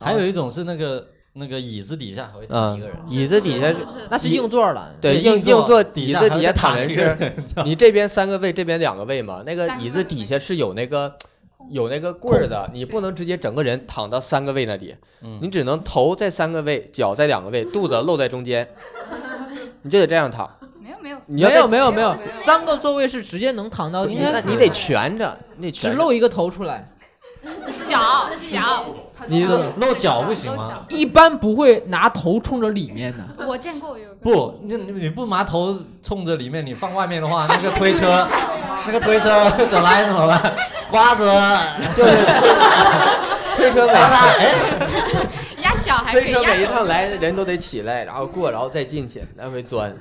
Speaker 4: 还有一种是那个那个椅子底下还会躺
Speaker 3: 嗯
Speaker 4: 一个人，，
Speaker 3: 椅子底下是
Speaker 1: 那是硬座了，
Speaker 3: 对硬
Speaker 4: 硬座
Speaker 3: 坐
Speaker 4: 底
Speaker 3: 椅
Speaker 4: 下还
Speaker 3: 子底
Speaker 4: 会
Speaker 3: 下
Speaker 4: 再
Speaker 3: 躺
Speaker 4: 躺
Speaker 3: 人
Speaker 4: 一个
Speaker 3: 是， 你这边三个位，这边两个位嘛，那个
Speaker 8: 三个
Speaker 3: 椅子底下是有那个。有那个棍儿的，你不能直接整个人躺到三个位那里，
Speaker 4: 嗯
Speaker 3: 你只能头在三个位，脚在两 个位，肚子露在中间，你就得这样躺。
Speaker 8: 没有没有，
Speaker 3: 你要
Speaker 1: 没
Speaker 3: 在
Speaker 1: 有没有没有，
Speaker 8: 没有
Speaker 1: 三个座位是直接能躺到
Speaker 3: 你
Speaker 1: 底
Speaker 3: 那
Speaker 1: 的，
Speaker 3: 你得蜷着，你得
Speaker 1: 只
Speaker 3: 蜷着。
Speaker 1: 露一个头出来，
Speaker 8: 脚脚，
Speaker 4: 你
Speaker 1: 是的
Speaker 4: 露脚不行吗？
Speaker 1: 一般不会拿头冲着里面的。
Speaker 8: 我见过有一个
Speaker 4: 不，你你不拿头冲着里面，你放外面的话，那个推车，那个 推车怎么来怎么办？ 瓜子，
Speaker 3: 就是 推车每
Speaker 4: 哎
Speaker 3: 哎
Speaker 8: 人家脚还可
Speaker 3: 推
Speaker 8: 以
Speaker 3: 车每一
Speaker 8: 压，
Speaker 3: 趟来人都得起来，然后过，然后再进去，来回钻。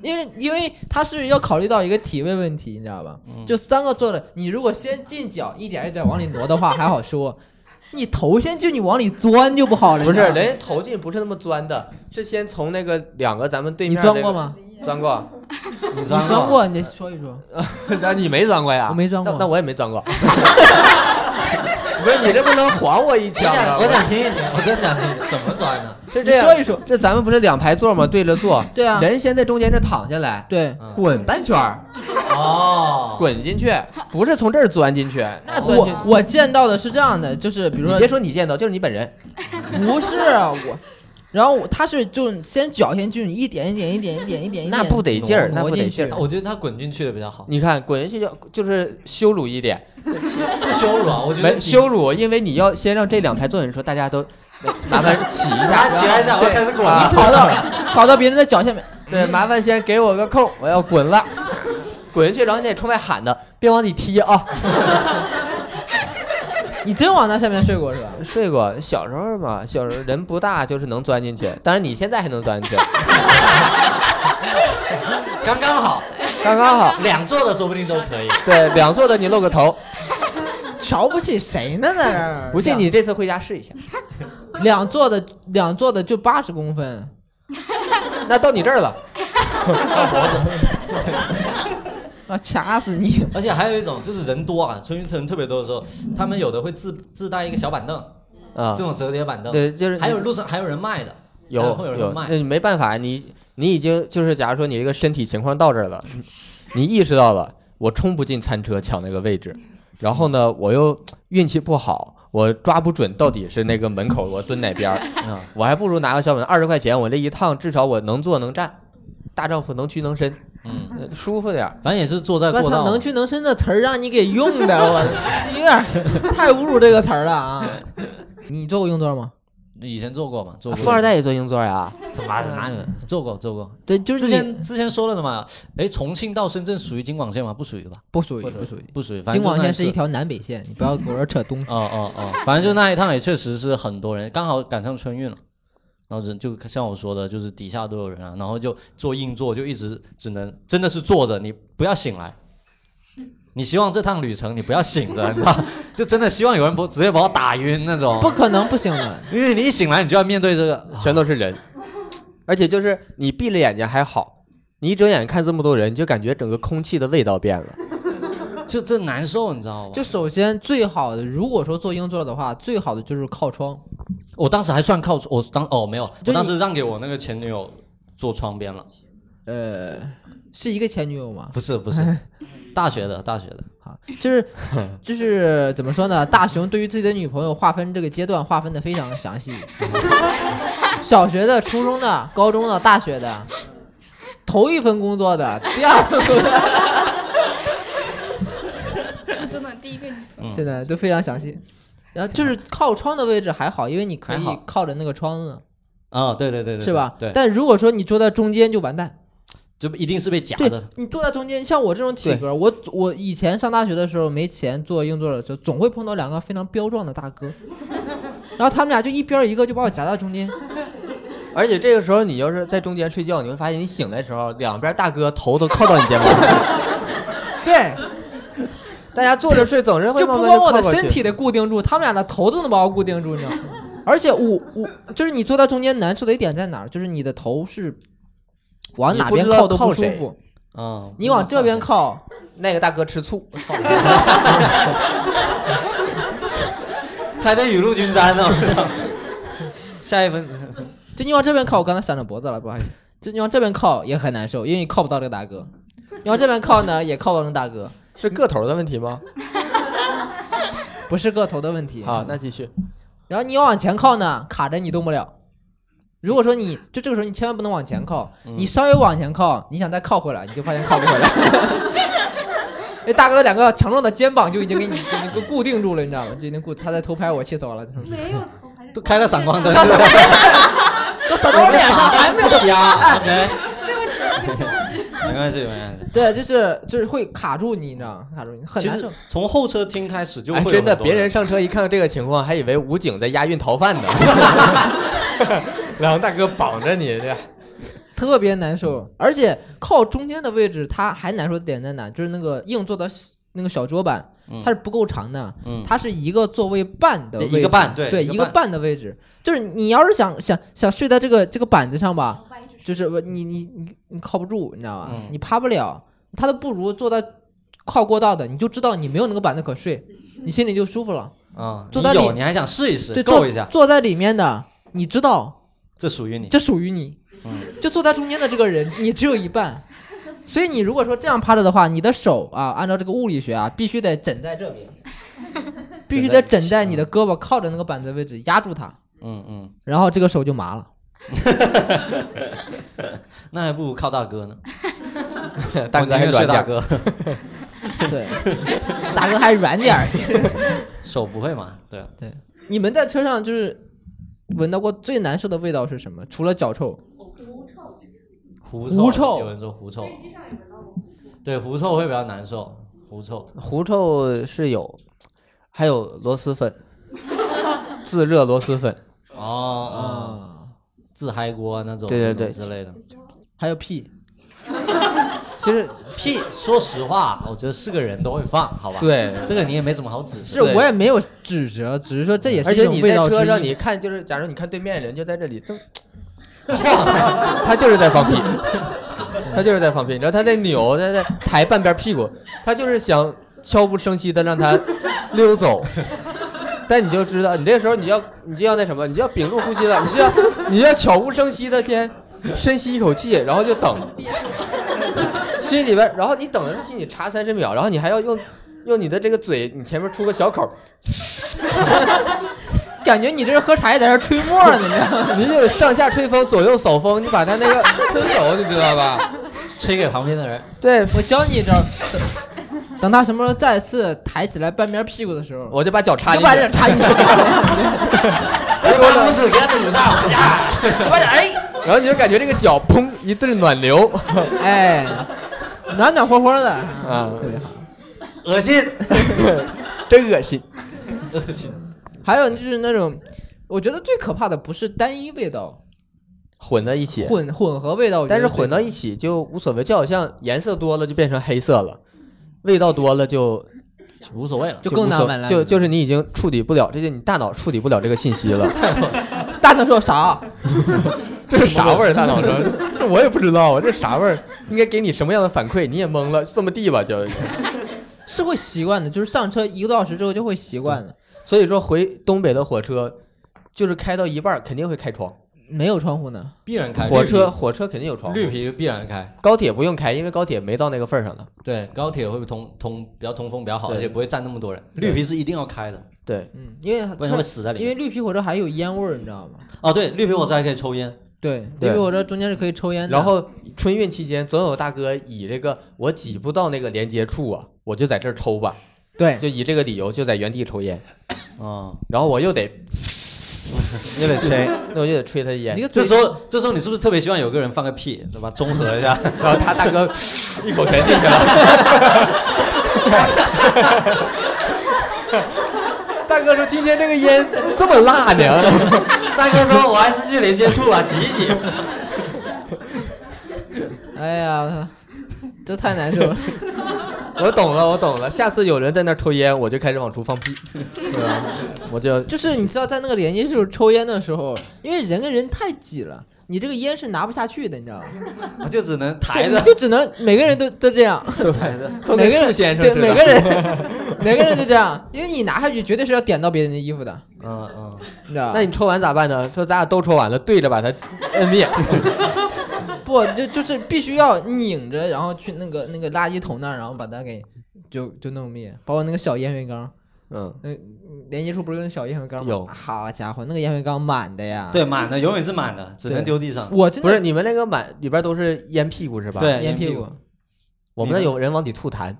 Speaker 1: 因为因为他是要考虑到一个体位问题，你知道吧？就三个坐着，你如果先进脚一点一点往里挪的话还好 说，你头先就你往里钻就不好了。
Speaker 3: 不是，
Speaker 1: 你知道
Speaker 3: 人
Speaker 1: 吗
Speaker 3: 家投进不是那么钻的，是先从那个两个咱们对
Speaker 1: 你
Speaker 3: 面、
Speaker 1: 钻过？吗？
Speaker 3: 钻过，
Speaker 4: 你
Speaker 1: 你钻？过，你说一说。
Speaker 3: 那你没钻过呀？
Speaker 1: 我没钻过
Speaker 3: 那那我也没 钻过。不是你这不能还我一枪啊！
Speaker 4: 我想听一听， 我真想听，怎么钻呢？
Speaker 3: 是这样，
Speaker 1: 你说一说
Speaker 3: 这咱们不是两排座吗？对着坐。
Speaker 1: 对啊
Speaker 3: 人先在中间这躺下来，
Speaker 1: 对，
Speaker 4: 嗯
Speaker 3: 滚半圈儿，
Speaker 4: 哦，
Speaker 3: 滚进去，不是从这儿钻进去，
Speaker 1: 哦
Speaker 3: 那钻进
Speaker 1: 我我见到的是这样的，就是比如
Speaker 3: 你
Speaker 1: 说
Speaker 3: 别说你见到，就是你本人，
Speaker 1: 不是啊我，然后我他是就先脚先进去，一点一点一点一点一点一点，
Speaker 3: 那不得劲儿，
Speaker 1: 挪
Speaker 3: 那不得劲
Speaker 1: 挪进去
Speaker 3: 儿。
Speaker 4: 我觉得他滚进去的比较 好，
Speaker 3: 你看，滚进去就就是羞辱一点，
Speaker 4: 不羞辱啊，我觉得
Speaker 3: 没羞辱，因为你要先让这两排坐人说，大 家都麻烦起一下，啊
Speaker 4: 起来一下，我开始滚
Speaker 1: 你
Speaker 4: 了。
Speaker 1: 啊跑 到跑到别人的脚下面，
Speaker 4: 嗯
Speaker 3: 对，麻烦先给我个空，我要滚了，滚进去，然后你得冲外喊的，别往里踢啊。
Speaker 1: 你真往那下面睡过是吧？
Speaker 3: 睡过，小时候嘛，小时候人不大，就是能钻进去，当然你现在还能钻进去，
Speaker 4: 刚刚好，
Speaker 3: 刚刚好。
Speaker 4: 两座的说不定都可以。
Speaker 3: 对，两座的你露个头，
Speaker 1: 瞧不起谁呢？在这儿
Speaker 3: 不
Speaker 4: 啊
Speaker 3: 信你这次回家试一下。
Speaker 1: 两座的两座的就八十公分，
Speaker 3: 那到你这儿了，
Speaker 1: 啊，掐死你！
Speaker 4: 而且还有一种就是人多啊，春运人特别多的时候，他们有的会自自带一个小板凳，
Speaker 3: 啊
Speaker 4: 这，种折叠板凳，
Speaker 3: 对，就是
Speaker 4: 还有路上还有人卖的，
Speaker 3: 有
Speaker 4: 还会有人
Speaker 3: 那
Speaker 4: 卖。
Speaker 3: 你没办法，你你已经就是，假如说你这个身体情况到这儿了，你你意识到了，我冲不进餐车抢那个位置，然后呢，我又运气不好，我抓不准到底是那个门口我蹲哪边儿，
Speaker 4: 啊，
Speaker 3: 我还不如拿个小本二十块钱，我这一趟至少我能坐能站，大丈夫能屈能伸，
Speaker 4: 嗯，
Speaker 3: 呃舒服点儿。
Speaker 4: 反正也是坐在
Speaker 1: 我
Speaker 4: 过
Speaker 1: 操，
Speaker 4: 道，
Speaker 1: 能屈能伸的词儿让你给用的，我 有点儿太侮辱这个词儿了啊！你做过硬座吗？
Speaker 4: 以前坐过嘛，坐过
Speaker 3: 啊富二代也坐硬座呀？ 嗯
Speaker 4: 怎么哪里坐过坐过？
Speaker 1: 对，就是
Speaker 4: 之
Speaker 1: 你
Speaker 4: 前之前说了的嘛，哎，重庆到深圳属于京广线吗？不属于吧？
Speaker 1: 不属于
Speaker 4: 或者
Speaker 1: 不属于，
Speaker 4: 不属于。反正
Speaker 1: 京广
Speaker 4: 就那
Speaker 1: 线
Speaker 4: 次
Speaker 1: 是一。条南北线，你不要给我扯东西。
Speaker 4: 哦哦哦，反正就那一趟也确实是很多人，刚好赶上春运了。然后就就像我说的，就是底下都有人啊，然后就坐硬座，就一直只能真的是坐着，你不要醒来。你希望这趟旅程你不要醒着，你知道吗，就真的希望有人不直接把我打晕那种。
Speaker 1: 不可能不行的，
Speaker 4: 因为你一醒来，你就要面对这个。
Speaker 3: 全都是人，而且就是你闭了眼睛还好，你一睁眼看这么多人，你就感觉整个空气的味道变了。
Speaker 4: 就这难受，你知道吗？
Speaker 1: 就首先最好的，如果说坐硬座的话，最好的就是靠窗。
Speaker 4: 我当时还算靠，我当哦没有，
Speaker 1: 就
Speaker 4: 我当
Speaker 1: 你
Speaker 4: 时让给我那个前女友坐窗边了，
Speaker 1: 呃，是一个前女友吗？
Speaker 4: 不是不是， 大学的大学的，
Speaker 1: 好，就是 就是怎么说呢？大雄对于自己的女朋友划分这个阶段划分的非常详细，小学的、初中的、高中的、大学的，头一份工作的，第二份工作，
Speaker 8: 初中的第一个女朋友，
Speaker 1: 真的都非常详细。然后就是靠窗的位置还好，因为你可以
Speaker 4: 还好
Speaker 1: 靠着那个窗子，
Speaker 4: 啊、对对对对，对
Speaker 1: 是吧？
Speaker 4: 对，
Speaker 1: 但如果说你坐在中间就完蛋。
Speaker 4: 就一定是被夹
Speaker 1: 对
Speaker 4: 的，
Speaker 1: 你坐在中间，像我这种体格，我我以前上大学的时候没钱坐硬座的时候，总会碰到两个非常彪壮的大 哥，然后他们俩就一边一个就把我夹在中间，
Speaker 3: 而且这个时候你要是在中间睡觉，你会发现你醒来的时候，两边大哥头都靠到你肩膀上，
Speaker 1: 对，
Speaker 3: 大家坐着睡总是会
Speaker 1: 就
Speaker 3: 慢
Speaker 1: 不
Speaker 3: 慢
Speaker 1: 光
Speaker 3: 靠
Speaker 1: 我的
Speaker 3: 过去
Speaker 1: 身体得固定住，他们俩的头都能把我固定住，你知道吗？而且我我就是你坐在中间难受的一点在哪儿？就是你的头是往哪
Speaker 3: 你不
Speaker 1: 边
Speaker 3: 知道
Speaker 1: 靠都不
Speaker 3: 靠
Speaker 1: 舒
Speaker 3: 谁
Speaker 1: 服，
Speaker 4: 嗯，
Speaker 1: 你往这边靠，
Speaker 3: 那个大哥吃醋，
Speaker 4: 还得雨露均沾呢。下一分，
Speaker 1: 就你往这边靠，我刚才闪着脖子了，不好意思。就你往这边靠也很难受，因为你靠不到这个大哥。你往这边靠呢，也靠不到那个大哥，
Speaker 3: 是个头的问题吗？
Speaker 1: 不是个头的问题。
Speaker 3: 好，那继续。
Speaker 1: 然后你往前靠呢，卡着你动不了。如果说你就这个时候你千万不能往前靠，你稍微往前靠，你想再靠回来，你就发现靠不回 来。那大哥的两个强壮的肩膀就已经给你 给你给固定住了，你知道吗？就已经固，他在偷拍我，气死我了。
Speaker 6: 没有头发，
Speaker 4: 都开了闪光灯，
Speaker 1: 都闪到我脸上，还没有瞎。
Speaker 4: 哎没关系没关系。
Speaker 1: 对，就是就是会卡住你，你知道吗？卡住你很
Speaker 4: 其
Speaker 1: 难
Speaker 4: 实
Speaker 1: 受。
Speaker 4: 从后车厅开始就会
Speaker 3: 哎，
Speaker 4: 有
Speaker 3: 真的，
Speaker 4: 很多
Speaker 3: 别人上车一看到这个情况，还以为武警在押运逃犯呢。然后大哥绑着你，对吧？
Speaker 1: 特别难受，而且靠中间的位置，它还难受的点在哪？就是那个硬座的那个小桌板，它是不够长的，
Speaker 4: 嗯
Speaker 1: 它是一个座位半的位置，
Speaker 4: 一个半对
Speaker 1: 对，
Speaker 4: 一个
Speaker 1: 一个
Speaker 4: 半
Speaker 1: 半的位置。就是你要是想想想睡在这个这个板子上吧，就是你你你你靠不住，你知道吧？
Speaker 4: 嗯
Speaker 1: 你趴不了，它都不如坐在靠过道的，你就知道你没有那个板子可睡， 你心里就舒服了。
Speaker 4: 啊，
Speaker 1: 坐
Speaker 4: 你
Speaker 1: 在里
Speaker 4: 有你还想试一
Speaker 1: 对，
Speaker 4: 试，够
Speaker 1: 坐
Speaker 4: 一下，
Speaker 1: 坐在里面的，你知道
Speaker 4: 这属于你。
Speaker 1: 这属于你。
Speaker 3: 嗯
Speaker 1: 就坐在中间的这个人，你只有一半。所以你如果说这样趴着的话，你的手啊，按照这个物理学啊，必须得枕在这 边，必须得枕在你的胳膊靠着那个板子位置压住它，
Speaker 4: 嗯嗯，
Speaker 1: 然后这个手就麻了。
Speaker 4: 那还不如靠大哥呢。
Speaker 3: 大哥
Speaker 4: 我
Speaker 3: 还
Speaker 4: 宁愿睡
Speaker 3: 软点
Speaker 4: 大
Speaker 3: 儿，
Speaker 4: 哥，
Speaker 1: 对，大哥还软点 儿。
Speaker 4: 手不会嘛？对啊，
Speaker 1: 你们在车上就是闻到过最难受的味道是什么？除了脚臭，
Speaker 4: 狐
Speaker 1: 狐臭
Speaker 4: 有人说狐臭，对，狐臭会比较难受。狐臭，
Speaker 3: 狐臭是有，还有螺蛳粉，自热螺蛳粉，
Speaker 4: 哦哦，
Speaker 1: 啊，
Speaker 4: 自嗨锅啊那种，
Speaker 3: 对对
Speaker 4: 那种
Speaker 3: 对
Speaker 4: 之类的。
Speaker 1: 还有屁，
Speaker 4: 其实屁，说实话，我觉得是个人都会放，好吧？，
Speaker 3: 对。
Speaker 4: 这个你也没什么好指
Speaker 1: 是
Speaker 4: 示。
Speaker 3: 对
Speaker 1: 我也没有指责，只是说这也是
Speaker 3: 而
Speaker 1: 一
Speaker 3: 且
Speaker 1: 种
Speaker 3: 你
Speaker 1: 味
Speaker 3: 在
Speaker 1: 道之一。
Speaker 3: 车上，你看就是，假如你看对面人就在这里， 正，他就是在放屁，他就是在放屁，你知道他在扭，他在抬半边屁股，他就是想悄无声息的让他溜走。但你就知道，你这时候你要你就要那什么，你就要屏住呼吸了，你就要你要悄无声息的先深吸一口气，然后就等，心里边，然后你等的是心里查三十秒，然后你还要用用你的这个嘴，你前面出个小口，
Speaker 1: 感觉你这是喝茶叶在这吹沫呢，你知道 吗？
Speaker 3: 你就上下吹风，左右扫风，你把它那个吹走，你知道吧？
Speaker 4: 吹给旁边的人。
Speaker 3: 对，
Speaker 1: 我教你一招，等等他什么时候再次抬起来半边屁股的时候，
Speaker 3: 我就把脚插
Speaker 1: 就
Speaker 3: 进
Speaker 1: 把这
Speaker 3: 去。
Speaker 1: 插 进去，
Speaker 4: 哎
Speaker 2: 把拇指给他堵上，呀，
Speaker 1: 把点哎
Speaker 3: 然后你就感觉这个脚砰一顿 暖流，
Speaker 1: 哎，暖暖和和的啊，特别好。
Speaker 2: 恶 心。
Speaker 3: 真恶心。
Speaker 1: 还有就是那种，我觉得最可怕的不是单一味道，
Speaker 3: 混在一起，
Speaker 1: 混混合味道，我觉得
Speaker 3: 但是
Speaker 1: 最
Speaker 3: 混到一起就无所谓，就好像颜色多了就变成黑色了，味道多了就
Speaker 4: 无所谓了。
Speaker 1: 就更
Speaker 3: 无
Speaker 1: 难
Speaker 3: 所
Speaker 1: 闻了。
Speaker 3: 就就是你已经处理不了，这就你大脑处理不了这个信息 了。
Speaker 1: 大头说啥？
Speaker 3: 这是啥味儿？大 脑说，这我也不知道啊，这啥味儿？应该给你什么样的反馈？你也懵了，这么地吧就。
Speaker 1: 是会习惯的，就是上车一个多小时之后就会习惯的。
Speaker 3: 所以说回东北的火车，就是开到一半儿肯定会开窗，
Speaker 1: 没有窗户呢，
Speaker 4: 必然开
Speaker 3: 火车火车肯定有窗户
Speaker 4: 哎绿，皮必然开，
Speaker 3: 高铁不用开，因为高铁没到那个份儿上呢。
Speaker 4: 对，高铁会通通比较通风比较好，
Speaker 3: 对
Speaker 4: 而且不会站那么多人。
Speaker 3: 对
Speaker 4: 绿皮是一定要开的，
Speaker 3: 对，
Speaker 1: 嗯，因为
Speaker 4: 不然会死在里
Speaker 1: 因为
Speaker 4: 面。
Speaker 1: 绿皮火车还有烟味儿，你知道吗？
Speaker 4: 哦，对，绿皮火车还可以抽烟，
Speaker 1: 对，
Speaker 3: 对
Speaker 1: 绿皮火车中间是可以抽烟的。
Speaker 3: 然后春运期间总有大哥以这个我挤不到那个连接处啊，我就在这儿抽吧，
Speaker 1: 对，
Speaker 3: 就以这个理由就在原地抽烟，
Speaker 4: 啊，
Speaker 3: 然后我又得
Speaker 4: 又得吹。
Speaker 3: 那我就得吹他烟
Speaker 1: 你，个嘴
Speaker 4: 这时候，这时候你是不是特别希望有个人放个屁，对吧？综合一下，
Speaker 3: 然后他大 哥一口全进去了。大哥说：“今天这个烟这么辣呢
Speaker 2: 大哥说：“我还是去连接处吧，挤一挤。
Speaker 1: 哎呀，我操，这太难受了。！”
Speaker 3: 我懂了，我懂了。下次有人在那儿抽烟，我就开始往出放屁，对吧我就
Speaker 1: 就是你知道，在那个连接处抽烟的时候，因为人跟人太挤了，你这个烟是拿不下去的，你知道吗？
Speaker 4: 我 就只能抬
Speaker 1: 对，你
Speaker 4: 着。
Speaker 1: 就只能每个人都都这样，
Speaker 3: 都
Speaker 1: 每
Speaker 3: 跟
Speaker 1: 个人
Speaker 3: 树先生
Speaker 1: 对
Speaker 3: 似的
Speaker 1: 每个人 每个人都这样，因为你拿下去绝对是要点到别人的衣服的，
Speaker 4: 嗯嗯，
Speaker 1: 你知道
Speaker 3: 那
Speaker 1: 吧？
Speaker 3: 你抽完咋办呢？说咱俩都抽完了，对着把它摁 灭。
Speaker 1: 不就就是必须要拧着，然后去那个那个垃圾桶那儿，然后把它给就就弄灭，包括那个小烟灰缸，
Speaker 3: 嗯，
Speaker 1: 那连接处不是有那小烟灰缸吗？
Speaker 3: 有
Speaker 1: 好家伙，那个烟灰缸满的呀！，
Speaker 4: 对，满的永远是满的，只能
Speaker 1: 对
Speaker 4: 丢地上。
Speaker 1: 我真
Speaker 3: 不
Speaker 1: 的
Speaker 3: 是你们那个满里边都是烟屁股是吧？，
Speaker 4: 对，
Speaker 1: 烟
Speaker 4: 屁
Speaker 1: 屁股，嗯
Speaker 3: 我们那有人往里吐痰，